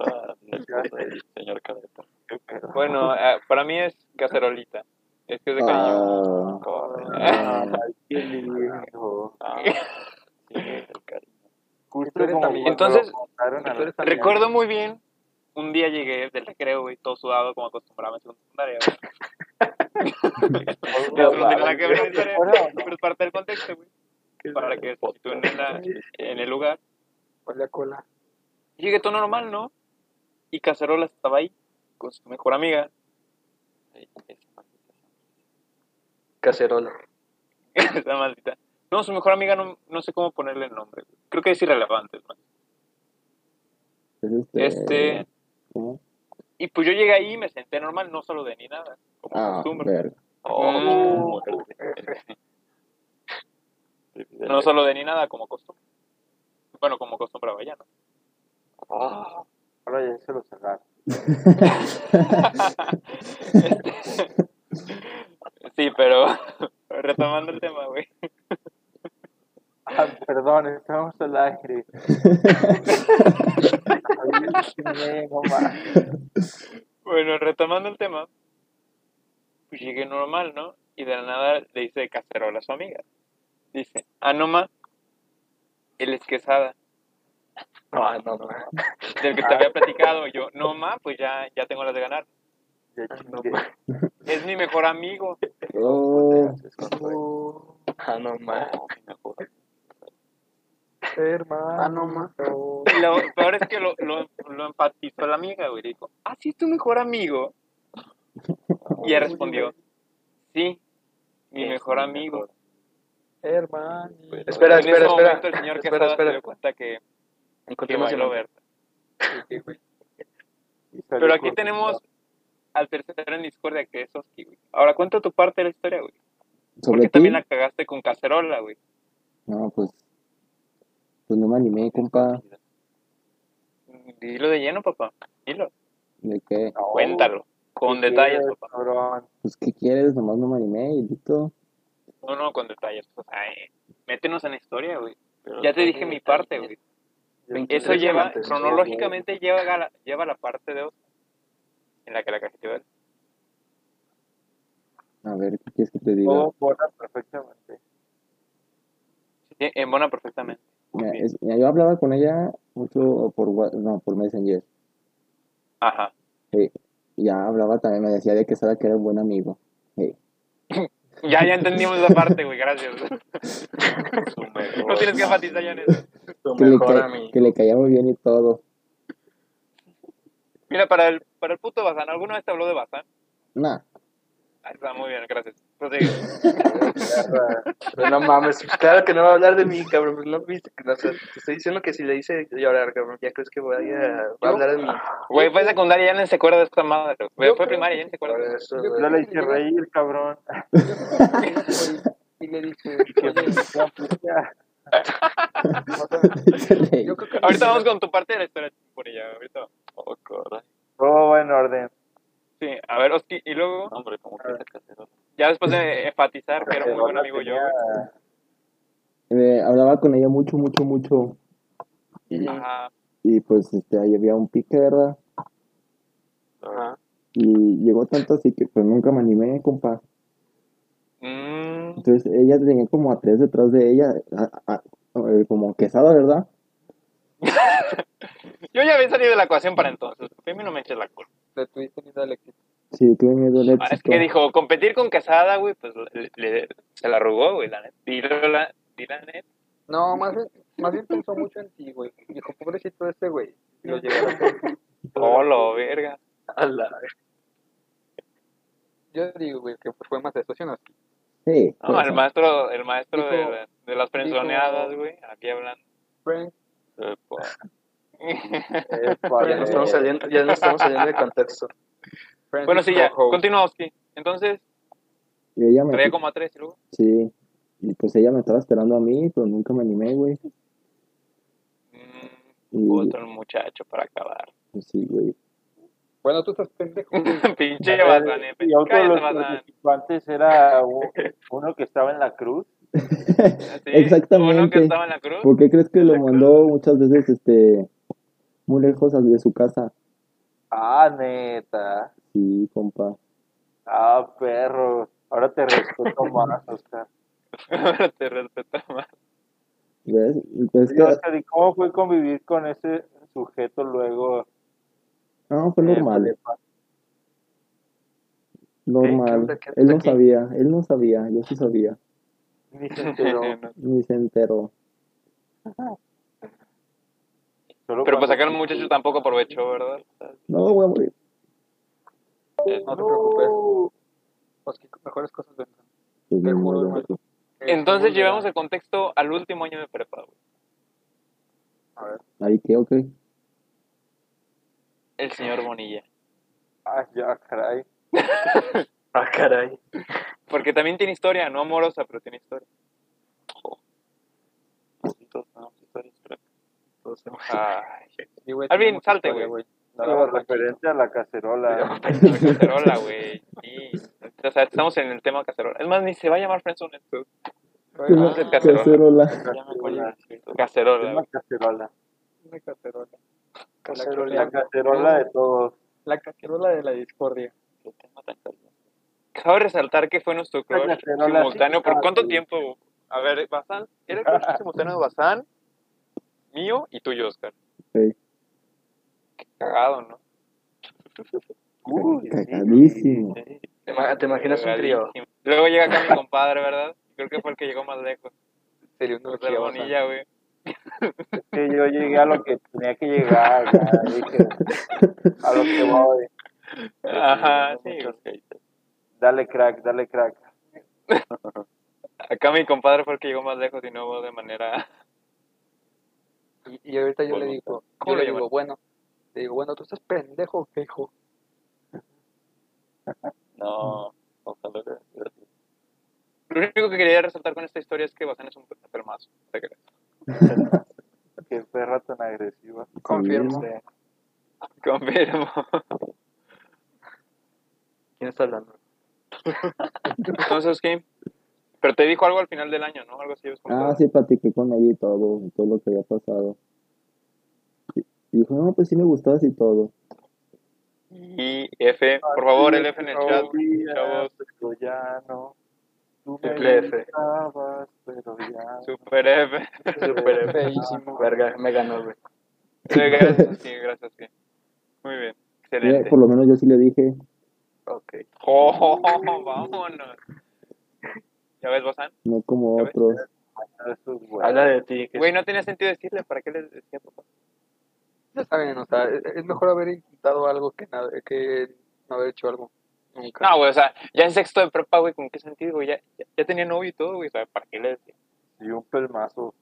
Ahora, esposa del
(laughs)
señor Cadeta.
Bueno, eh, para mí es cacerolita. Es que es de cariño.
(laughs)
Ah, ah,
Qué lindo.
Ah, sí, el cariño.
Justo
Tú eres
como
también-
cuando
Entonces,
lo contaron a
tú eres
la-
también-
Recuerdo muy bien, un día llegué del recreo, güey, todo sudado como acostumbraba en segunda secundaria.
(laughs)
güey. Eso no tiene nada que ver con la historia, pero es parte del contexto, güey. Para que se sitúen en, la- en el lugar.
Huele a cola.
Llegué todo normal, ¿no? Y Cacerola estaba ahí con su mejor amiga.
Sí, esa maldita
Cacerola.
(laughs) Esa maldita. No, su mejor amiga no, no sé cómo ponerle el nombre. güey. Creo que es irrelevante, ¿no?
es este.
Este,
¿cómo?
y pues yo llegué ahí y me senté normal, no saludé ni nada, como
Ah,
costumbre. (laughs)
verga.
Oh.
mujer.
No saludé ni nada, como costumbre. Bueno, como costumbre vaya, ¿no?
Ah,
Ahora ya se lo sacaron.
Sí, pero (laughs) retomando el tema, güey.
Ah, perdón, estábamos al aire. Ay, chingue, no mames.
Bueno, retomando el tema, pues llegué normal, ¿no? Y de la nada le dice cacerola a su amiga. Dice, ah, no ma, él es quesada, Ah,
No, no, no.
del que te había platicado. Y yo, no ma, pues ya, ya tengo las de ganar. pues,
Ya chingué.
Es mi mejor amigo.
(laughs) Oh,
Ah, no, ma.
Ah,
Hermano, no,
Y lo peor es que lo, lo, lo empatizó la amiga, güey. Dijo, ¿ah, sí es tu mejor amigo? Y él respondió, sí, mi mejor amigo.
(laughs)
hermano.
Espera,
en ese
espera, espera.
momento el señor
Espera,
Quesada
espera.
se dio cuenta que, que
Encontremos el
bailó
nombre.
Berta.
Y salió
Pero aquí
corriendo.
tenemos al tercero en discordia, que es Oski, güey. Ahora, cuenta tu parte de la historia, güey. ¿Por
sobre
qué
ti.
también la cagaste con cacerola, güey?
No, pues. Pues no me animé,
(laughs)
compa.
Dilo de lleno, papá. Dilo.
¿De qué?
No,
Cuéntalo. Con
¿qué
detalles,
quieres,
papá.
cabrón?
Pues, ¿qué quieres? Nomás no me animé y listo.
No, no, con detalles. O sea, eh, métenos en la historia, güey. Ya te dije mi parte, güey. Eso
Tres
lleva,
amantes.
cronológicamente, lleva a la, lleva a la parte de Oski en la que la cajeteó él.
A ver, ¿qué quieres que te diga?
Oh,
Todo bola perfectamente.
Sí, En buena perfectamente.
Mira, es- mira, yo hablaba con ella mucho por, wa- no, por Messenger.
Ajá.
Y ya hablaba también, me decía de Quesada que era un buen amigo. Hey.
Ya, ya entendimos esa parte, güey, gracias.
Su mejor
No tienes que enfatizar ya en eso.
su
Que, le
mejor
ca-
amigo.
(laughs)
que le caía muy bien y todo.
Mira, para el, para el puto Bazán, ¿alguna vez te habló de Bazán?
(laughs)
Nah.
Ah, está muy bien, gracias. Prosigue.
Pero no mames, pues claro que no va a hablar de mí, cabrón. pues No viste que- o sea, te estoy diciendo que si le hice llorar, cabrón, ya crees que voy a, va a hablar de mí.
Güey, fue secundaria, ya no se acuerda de esta madre. Güey,
Yo
fue
creo
primaria, ya no se
Por
acuerda.
eso,
Yo
güey.
Yo le hice reír, cabrón.
Y le dije, oye,
(laughs)
yo creo que
Ahorita vamos con tu parte de la historia, por ella, ahorita vamos.
Oh, caray.
Todo va en orden.
Sí, a ver, Oski, y
Ah.
luego,
No, hombre, como que ese casero.
ya después de enfatizar que era muy buen amigo yo, güey.
Eh, hablaba con ella mucho, mucho, mucho.
Ajá.
Y pues este, ahí había un pique, ¿verdad? Y llegó tanto así que pues nunca me animé, compa.
Mm,
Entonces ella tenía como a tres detrás de ella, a- a- eh, como quesada, ¿verdad?
Yo ya había salido de la ecuación para entonces. A mí no me eches la culpa.
le tuviste miedo al éxito.
Sí, tuve miedo al
Ah,
éxito.
es que dijo, competir con Quesada, güey, pues le- le- se la arrugó, güey, la neta. Y luego la, y la neta.
No, más bien, más bien pensó mucho en ti, güey. Dijo, pobrecito este, güey. Y lo llevaron.
Colo, verga.
A la verga. Yo digo, güey, que fue más eso, ¿sí o no?
Sí,
No,
pues,
el maestro, el maestro de,
Dijo-
la- de las prensoneadas, güey, aquí hablando.
Frank,
Epa.
Ya no estamos saliendo, ya no estamos saliendo de contexto.
Frank
bueno, sí, ya,
Rojo.
continuamos, Ki. Entonces,
y ella me-
traía como a tres y luego.
Sí. Y pues ella me estaba esperando a mí, pero nunca me animé, güey.
mm, (laughs)
Y
Puto el muchacho para acabar.
pues sí, güey.
Bueno, tú estás pendejo.
Pinche Bazán, eh.
(laughs) Y otro
Cállate,
de los
Bazán.
participantes era u- uno que estaba en la cruz.
Sí, Uno que
Exactamente.
estaba en la cruz.
¿Por qué crees que lo mandó muchas veces este muy lejos de su casa?
Ah, neta.
Sí, compa.
Ah, perro. Ahora te
(laughs)
respeto más, Oscar.
(laughs) Ahora te respeto más.
¿Ves? Entonces,
Oye,
que-
Oscar, ¿y cómo fue convivir con ese sujeto luego?
No, fue
Eh,
normal. Normal.
onda? ¿Qué
Él no
onda aquí?
sabía, él no sabía, yo sí sabía.
Ni se
Este,
enteró.
(laughs)
Ni se enteró.
Solo
Pero pues
cuando-
acá el muchacho tampoco aprovechó, ¿verdad?
No, voy a morir.
No te preocupes. Pues que mejores cosas vendrán.
Pues, ni
Te juro,
modo.
hermano.
Entonces llevamos el contexto al último año de prepa, güey.
Ahí qué, ok.
El señor Bonilla.
Ah, ya, caray.
Ah, caray.
Porque también tiene historia, no amorosa, pero tiene historia.
Entonces, no, historias, creo.
Ay,
Sí, güey,
Alvin,
tenemos
salte,
historia,
güey.
No, referente a la cacerola.
la cacerola, güey. Sí. O sea, estamos en el tema cacerola. Es más, ni se va a llamar Friendzone. esto.
güey.
Una
es cacerola.
cacerola.
Ya me acuerdo de escrito.
Cacerola,
La
güey.
cacerola.
Una cacerola.
La cacerola de todos.
La cacerola de la discordia.
Qué tema tan caliente.
Cabe resaltar que fue nuestro
La
crush
cacerola,
simultáneo.
sí,
¿Por
ah,
cuánto
sí.
tiempo? A ver, Bazán. Era el crush simultáneo de Bazán, mío y tuyo, Oscar.
Sí.
Qué cagado, ¿no?
Uy,
Cagadísimo.
sí, sí.
Te ima- te imaginas un trío.
Cagadísimo. Luego llega acá mi compadre, ¿verdad? Creo que fue el que llegó más lejos.
Sería una
El señor Bonilla, güey.
que yo llegué a lo que tenía que llegar, ya,
(laughs)
dije, a lo que voy.
Ajá, sí.
Muchos haters.
Dale crack, dale crack.
(laughs) Acá mi compadre fue el que llegó más lejos y no de manera...
Y, y ahorita yo le
Bueno,
digo,
¿cómo
yo
lo
le digo,
llaman?
bueno, le digo, bueno, tú estás pendejo, o qué, hijo.
No, ojalá que hubiera sido.
Lo único que quería resaltar con esta historia es que Bazán es un permazo. ¿te (laughs) crees?
Qué perra tan agresiva.
Confirmo.
Sí.
Confirmo.
¿Quién está hablando?
Entonces, ¿qué? Pero te dijo algo al final del año, ¿no? Algo así. ¿ves? Como
Ah, sí, platiqué con ella y todo, y todo lo que había pasado. Y dijo, no, pues sí me gustabas y todo.
Y F, por favor, el F en el chat. chavos.
Pero ya no. Tú me
E.
Triple F.
gustabas, pero ya.
Super F.
Súper
Feísimo.
Ah,
Verga, me ganó, güey.
(laughs) Sí, Gracias, sí, gracias, sí. Muy bien.
Mira,
Excelente.
por lo menos yo sí le dije,
Ok.
(laughs) Oh, vámonos. ¿Ya ves, Bozán?
no como
¿Ya ves?
otros.
Habla de ti. Que
Güey, no tenía sentido decirle, ¿para qué le decía papá?
Ya saben, o sea, e-, es es mejor haber intentado algo que, nada, que no haber hecho algo. Nunca.
No, güey, o sea, ya en sexto de prepa, güey, ¿con qué sentido, güey? Ya, ya, ya tenía novio y todo, güey, o sea, ¿para qué le decía?
Y un pelmazo.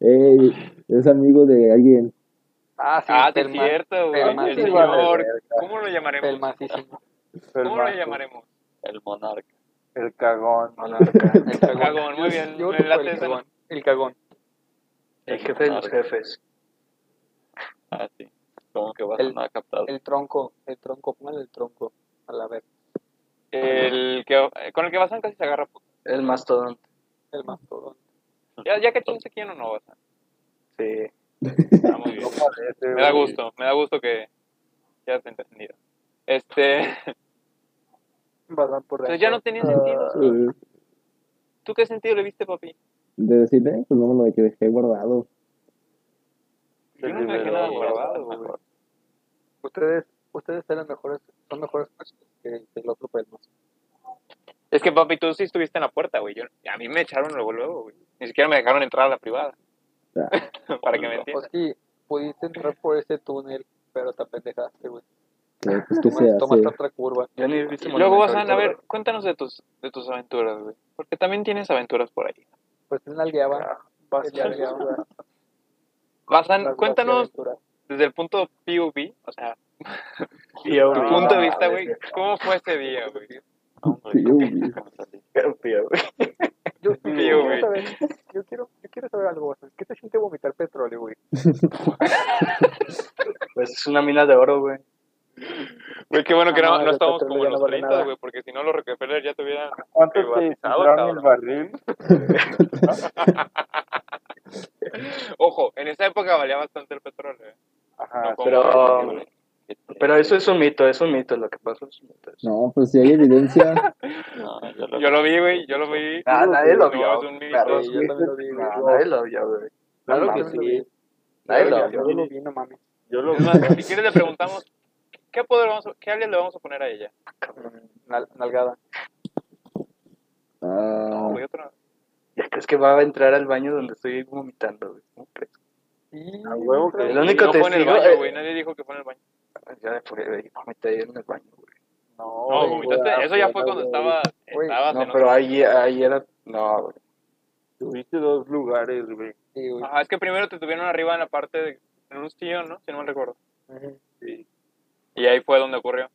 Ey, es amigo de alguien.
Ah, sí,
ah, sí, es
pelma-
cierto, güey.
Pelma-
El
Pelma-
señor, ¿cómo lo llamaremos? (laughs)
pelmacísimo.
¿Cómo lo
pelmazo,
llamaremos?
El monarca.
El cagón.
El cagón.
Cagón, muy bien.
Yo
Me
voto por
late
el
esa-
cagón. El cagón.
El jefe de los jefes.
Ah, sí. Como que va a
El-
sonar captado.
El tronco. El tronco. Póngale el tronco. A la vez.
El que, con el que Bazán casi se agarra. puto.
El mastodonte.
El mastodón.
Ya, ya que chinse quién o no, Bazán.
Sí.
Está muy bien. Me (laughs) da gusto, me da gusto que ya te he entendido. Este,
Bazán por
entonces ya no tenía sentido.
Eh,
¿Tú qué sentido le viste, papi?
De decirle, pues no me lo que dejé guardado.
Yo no me dejé nada guardado, güey.
Ustedes, ustedes eran mejores, son mejores personas que, que el otro pelmazo.
Es que, papi, tú sí estuviste en la puerta, güey. Yo, a mí me echaron luego, luego, güey. Ni siquiera me dejaron entrar a la privada. (laughs) Para que me
Pues
entiendas.
sí, pudiste entrar por ese túnel, pero te pendejaste, güey.
Que, pues, ¿qué se
Tomaste, tomaste
hace?
otra curva.
Ya ni viste
Luego,
monumento
Bazán,
ahorita,
a ver,
¿verdad?
cuéntanos de tus, de tus aventuras, güey. Porque también tienes aventuras por ahí.
Pues él nalgueaba. Él nalgueaba.
Bazán,
Las- las
cuéntanos
aventuras.
desde el punto POV, o sea,
Y a
tu
un-
punto de
ah,
vista, güey. ¿Cómo fue ese día, güey?
No,
Sí,
güey,
yo,
no,
güey.
nunca
(laughs)
me salí.
qué feo, güey.
Yo, yo quiero
güey.
saber, yo quiero, yo quiero saber algo, Bazán. ¿Qué se siente vomitar petróleo, güey?
Pues es una mina de oro, güey.
Güey, qué bueno que
Ah,
no,
no,
no
el
estamos
petróleo
como
ya
en
no
los
vale
30,
nada.
güey, porque si no los Rockefeller ya te hubieran
¿Cuántos te
privatizado,
entraron el
cabrón. (laughs)
barril?
Ojo, en esa época valía bastante el petróleo. eh.
Ajá.
No como-
Pero, pero eso es un mito, es un mito. Lo que pasó es un mito. es-
No, pues si
(laughs)
hay evidencia,
No, yo lo-
Yo lo vi, güey, yo lo vi.
Ah, nadie lo
No,
vio.
es un mito.
Carlos,
Sí, yo también lo vi, güey.
no, nadie lo vio, güey. No
Claro que
mames,
sí.
Nadie lo
Yo
vio.
no lo vi, no mames.
Yo lo
Es más, si quieres le preguntamos, ¿qué, poder vamos a- ¿qué alias le vamos a poner a ella?
Nal- nalgada.
No,
ah,
güey, otro.
Ya crees que va a entrar al baño donde estoy vomitando, güey. ¿Cómo crees?
Sí,
Ah,
A huevo que
El
sí.
único
no fue en el
testigo,
baño,
eh,
güey, nadie dijo que fue en el baño.
Ah, Ya me fui, güey, vomité ahí en el baño, güey.
No,
No,
güey.
vomitaste, eso ya fue cuando estaba,
Güey,
estabas en
No,
otro.
pero ahí, ahí era. No, güey.
Tuviste dos lugares, güey.
sí, güey.
Ajá, es que primero te tuvieron arriba en la parte, de, en un sillón, ¿no? Si no me recuerdo.
Ujú.
Y ahí fue donde ocurrió.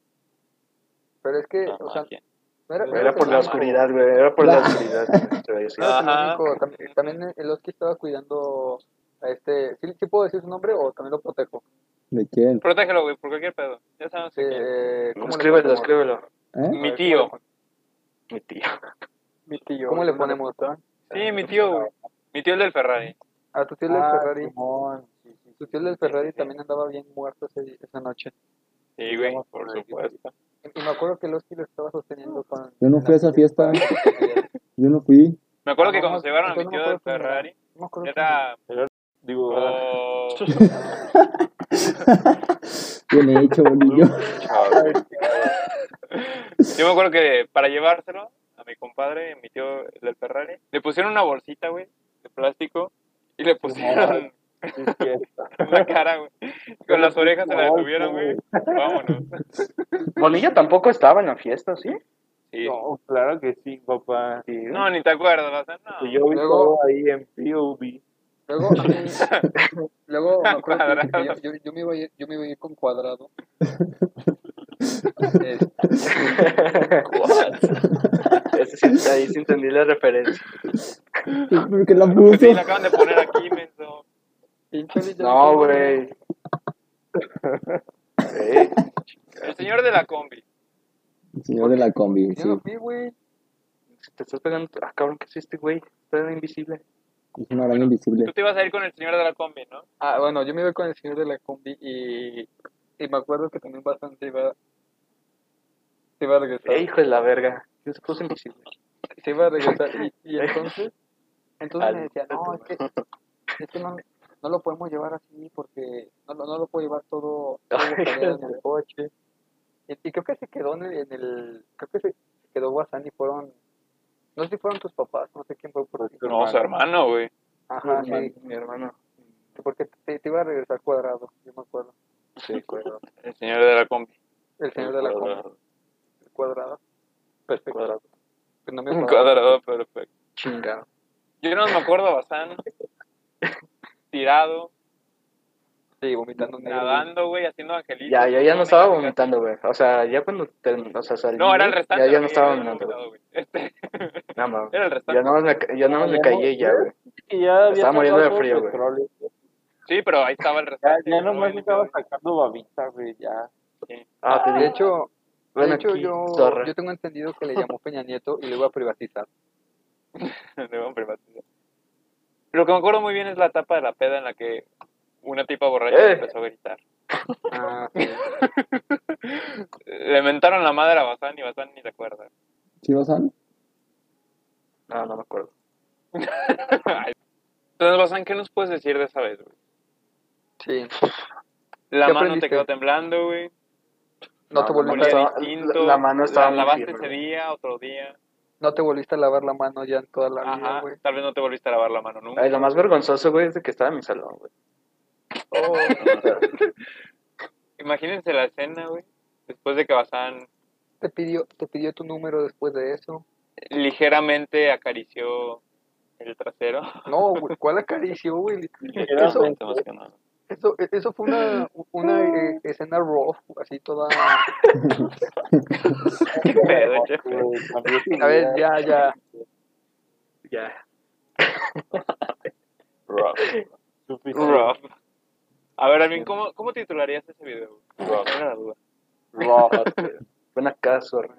Pero es que,
no,
o sea,
aquí.
no era, no
Era por la
el único.
oscuridad, güey. Era por la oscuridad. güey, te voy a decir.
No era
Ajá.
el único. También, también el Oski estaba cuidando a este. ¿sí, sí puedo decir su nombre o también lo protejo?
¿de quién?
Protégelo, güey, por cualquier pedo. Ya sabes
Sí,
quién.
eh, ¿cómo le
Escríbelo,
ponemos?
escríbelo.
¿Eh?
Mi tío.
Mi tío.
Mi tío.
¿Cómo le ponemos? ah?
Sí, mi tío, güey. Mi tío el del Ferrari.
A tu tío del Ferrari. Tu tío del Ferrari también andaba bien muerto ese- esa noche.
Sí, güey, por supuesto.
Y, y me acuerdo que el Oski lo estaba sosteniendo con.
Yo no fui a esa
(laughs)
fiesta, yo no fui. (laughs)
Me acuerdo
No,
que cuando
no,
se llevaron a mi
entonces
tío
no
del
me acuerdo quién
Ferrari,
No me acuerdo.
era...
Digo,
oh,
Bien
(laughs)
hecho, bolillo.
Yo me acuerdo que para llevárselo a mi compadre, mi tío el del Ferrari, le pusieron una bolsita, güey, de plástico y le pusieron
sí, es fiesta.
la cara, güey. Con las orejas se la detuvieron, güey. Vámonos.
Bonilla tampoco estaba en la fiesta,
(laughs)
¿sí?
Sí.
No, claro que sí, papá.
Sí.
No, ni te acuerdas, o sea, no.
Que Pues yo vi
Luego-
todo ahí en POV.
Luego, a mí-
(laughs)
luego me acuerdo que- que yo, yo, yo me iba a ir, yo me iba a ir con
(laughs)
cuadrado. Este,
(laughs) Ese sí, ahí sí entendí la referencia.
¿Por qué la
Pues
puso?
sí, la acaban de poner aquí, menso.
pinche Luis, ya me
No,
tengo-
güey. Sí.
El señor de la combi.
El señor de la combi,
Yo
sí.
no fui, güey.
Si te estás pegando. Ah, cabrón, ¿qué es este, güey? Está invisible.
Es una araña invisible.
Tú te ibas a ir con el señor de la combi, ¿no?
Ah, bueno, yo me iba con el señor de la combi y, y me acuerdo que también bastante iba, se iba a regresar.
Eh, hijo de la verga. ¿Quién se puso invisible?
Se iba a regresar y, y entonces, entonces me decía, no, es que, es que no, no lo podemos llevar así porque no, lo- no lo puedo llevar todo, todo cargado en el coche. Y, y creo que se quedó en el, en el- creo que se se quedó Guasán y fueron, no sé si fueron tus papás, no sé quién fue por ti.
No, su hermano, güey.
Ajá, sí,
Mi hermano.
porque te, te iba a regresar cuadrado, yo me acuerdo.
El señor de la combi.
El señor de la compra, cuadrado. Perfecto.
Cuadrado.
Que No me
Un
acordaba.
cuadrado perfecto.
Chingado.
Yo no me acuerdo, Bazán. Tirado,
Sí, vomitando negro.
nadando, güey, haciendo angelitos.
Ya, yo ya no
Con
estaba
negras.
vomitando, güey. O sea, ya cuando terminó, o sea, salí.
No, era el restante.
Ya, ya no
güey,
estaba
yo
vomitando,
vomitado,
güey.
güey. (laughs) Este,
No, mames.
Era el
Yo
restante.
nada más me, yo nada más me callé ya, güey.
Y ya
Estaba muriendo de frío, güey.
güey.
Sí, pero ahí estaba el
Ya,
restante.
ya
güey,
nomás
limpio.
estaba sacando babita, güey, ya.
Ah, te
De
digo.
hecho,
Bueno,
de hecho
aquí,
yo,
zorra.
yo tengo entendido que le llamó Peña Nieto y lo iba a privatizar.
(laughs)
Le van a privatizar. Lo que me acuerdo muy bien es la etapa de la peda en la que una tipa borracha
Eh.
empezó a gritar.
Ah, sí.
Le mentaron la madre a Bazán y Bazán ni se acuerda.
¿Sí, Bazán?
Ah, No, no me acuerdo.
Ay. Entonces, Bazán, ¿qué nos puedes decir de esa vez, güey?
sí.
La
¿Qué
mano
aprendiste?
te quedó temblando, güey.
No, te
la
volviste,
mano
Olía
estaba-
distinto.
la- la mano estaba
La
muy
lavaste
firme,
ese
güey.
día, otro día.
no te volviste a lavar la mano ya en toda la vida,
Ajá.
güey.
Tal vez no te volviste a lavar la mano nunca.
Ay, lo más vergonzoso, güey, es de que estaba en mi salón, güey.
Oh, (laughs) Imagínense la escena, güey. Después de que Bazán
Te pidió, te pidió tu número después de eso.
ligeramente acarició el trasero. (laughs)
No, güey, ¿cuál acarició, güey?
Era
Eso,
Se emocionó.
eso, e, eso fue una, una eh, escena rough, así toda...
Qué pedo, che. (laughs)
A ver, ya, ya.
Ya.
Rock,
Rough. A ver, Alvin, ¿cómo, ¿cómo titularías ese video? güey?
rock.
Tengo la duda.
(laughs) Ven acá, zorra.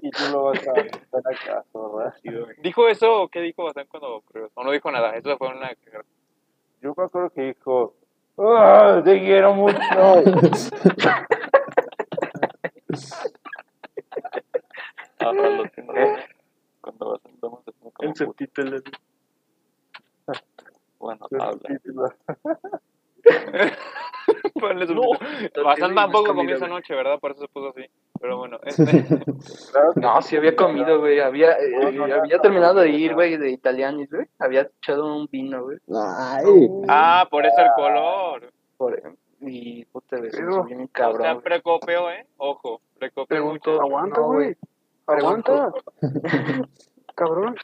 Y tú lo vas a estar acá, zorra.
¿Dijo eso o qué dijo Bazán cuando ocurrió? O no dijo nada, eso fue una... (laughs)
Yo me acuerdo que dijo, ¡Ah, te quiero mucho!
(laughs)
Ahora Ah, pues, lo tengo.
¿Eh?
Cuando vas al domo se pone como
El
puto.
subtítulo.
Bueno,
El
habla.
subtítulo.
Ponle su-
No
Bazán
tiene
tampoco
más
comió
comida,
esa
güey.
noche, ¿verdad? Por eso se puso así. Pero bueno, (laughs) este...
Claro que
No, sí había comido, güey. Había, eh,
No, no, no,
había
no,
terminado de
no,
ir,
no.
güey, de italianis, güey. Había echado un vino, güey.
¡Ay!
Ah, por eso el color.
Por, y, puta, güey, se me
Pero-
subió
O
bien
sea,
cabrón. güey.
precopeo, ¿eh? Ojo, precopeo
Pregunto,
mucho.
Aguanta,
no,
güey. Aguanta. Cabrón.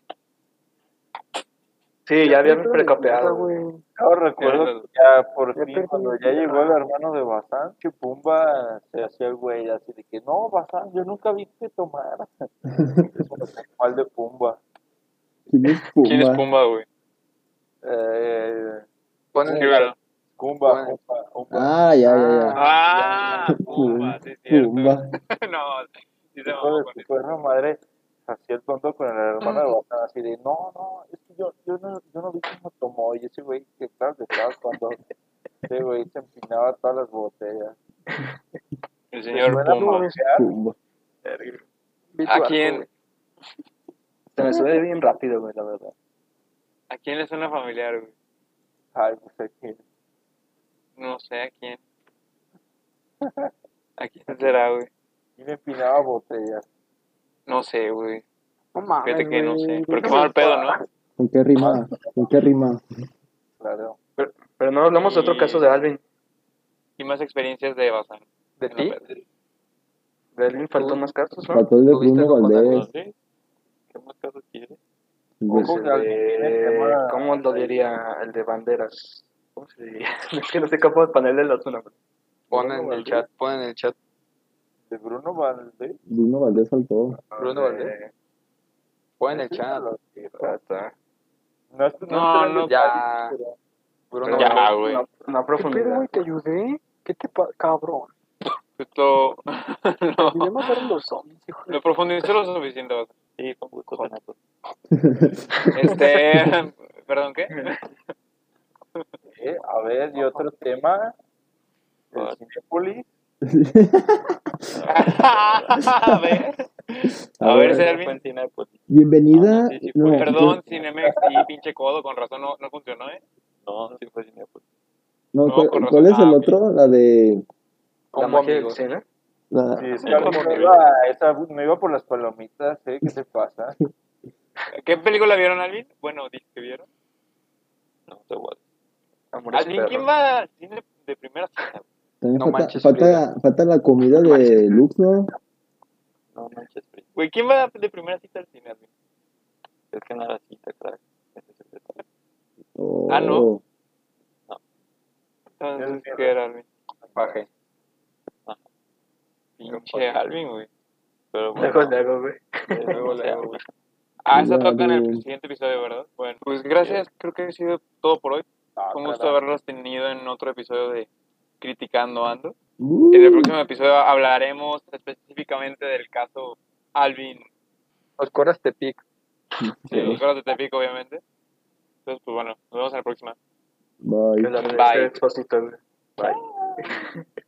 Sí, ya había
Puta de mierda,
precapeado, güey.
güey.
Yo recuerdo que ya por
Ya
fin,
perdí
cuando
mi
ya
vida.
llegó el hermano de Bazán, que Pumba se hacía el güey así de que, no, Bazán, yo nunca vi que tomara. ¿Cuál de Pumba?
¿Quién es Pumba?
¿Quién es Pumba, güey?
Eh,
Ponen
Sí,
el-
claro.
Cumba,
Bueno.
Pumba, Pumba.
Ah, ya, ya, ya. (laughs)
Ah,
ya.
Pumba, sí es cierto.
Pumba.
(laughs) no, sí se
Hijo
mamó
de
con
su
eso.
perra madre, hacía el tonto con el hermano de Bazán, así de, no, no, es que yo, yo, no, yo no vi cómo tomó. Y ese güey, que claro que estaba cuando ese güey se empinaba todas las botellas. Pues
El señor
Suena
Pumba.
familiar.
Pumba.
vi tu
¿A
arco,
quién,
güey.
Se me sube bien rápido, güey, la verdad.
¿A quién le suena familiar, güey?
Ay, no sé quién.
No sé a quién. ¿A quién será, güey?
¿Quién empinaba botellas?
No sé, güey.
No mames.
Fíjate que no
güey.
sé. Pero qué mal
(laughs)
pedo, ¿no?
¿Con qué rima? ¿Con qué rima?
Claro.
Pero no hablamos de otro
Y-
caso de Alvin.
Y más experiencias de Bazán.
¿De ti?
De Alvin faltan más casos, ¿no?
Patrón de
¿Tuviste
Bruno
algo con
Valdés.
¿Dónde? ¿Qué más casos quieres?
Pues,
Ojo
Ese
que Alvin tiene
de-
tema-
¿Cómo lo diría el de banderas? ¿Cómo se diría? (laughs) Es que no sé cómo ponerle los nombres.
Ponen en el chat, ponen en el chat.
De Bruno Valdés.
Bruno Valdés saltó.
Bruno Valdés.
Eh,
Ponen en el chat.
está, Ah, está.
No, es-
No,
es-
no.
Ya.
Pero
Bruno
Ya,
Valdés.
no-
güey.
No, no a
¿Qué pedo,
profundidad.
güey? ¿Te ayudé? ¿Qué te pa cabrón?
Justo.
Te ayudé a
pues, (laughs) no.
matar a los zombies, hijo de
Lo profundizó lo suficiente, Bazán.
Sí, con gusto. Donato.
Este. (laughs) Perdón, ¿qué?
Eh, a ver, y otro tema. El
Vale.
Cinepolis.
a ver. A ver,
Fue
Sermin.
en Cinépolis.
Bienvenida.
Ah, sí, sí,
no,
fue.
yo-
Perdón, Cinemex y pinche codo, con razón no, no funcionó, ¿eh?
No, sí fue Cinepolis.
No,
No,
¿cuál,
con razón.
cuál es el
Ah,
otro? La de.
La
Combo
magia de
Mix,
Dios.
¿no?
La,
Sí, es que
Yo como
no
que-
iba, a esa, no iba por las palomitas, ¿eh? ¿Qué se pasa?
¿Qué película vieron, Alvin? Bueno, dice que vieron.
No, te voy a decir.
Amores
Alvin,
perros.
¿quién va al cine de primera cita?
también
No
falta,
manches,
falta,
Frida.
falta la comida de
No manches.
Lux, ¿no?
No manches, Frida.
Güey, ¿quién va de primera cita al cine, Alvin?
Es que no era cita, crack. Ese es el detalle.
Ah, ¿no?
Oh,
Entonces,
Yo no
¿qué era, Alvin?
Baje.
Pinche Alvin, güey.
Pero bueno,
Luego, luego, güey.
Luego,
o sea,
luego, güey.
Ah, eso
Ya,
toca en el
bien.
siguiente episodio, ¿verdad? Bueno, pues gracias, creo que ha sido todo por hoy.
Ah,
Fue un gusto
caray.
haberlos tenido en otro episodio de Criticando Ando.
Uh,
En el próximo episodio hablaremos específicamente del caso Alvin
Oscuras Tepic.
Sí, los gorros de Tepic, obviamente. Entonces, pues bueno, nos vemos en la próxima.
Bye.
Que
Bye.
la revista de Expósito, güey.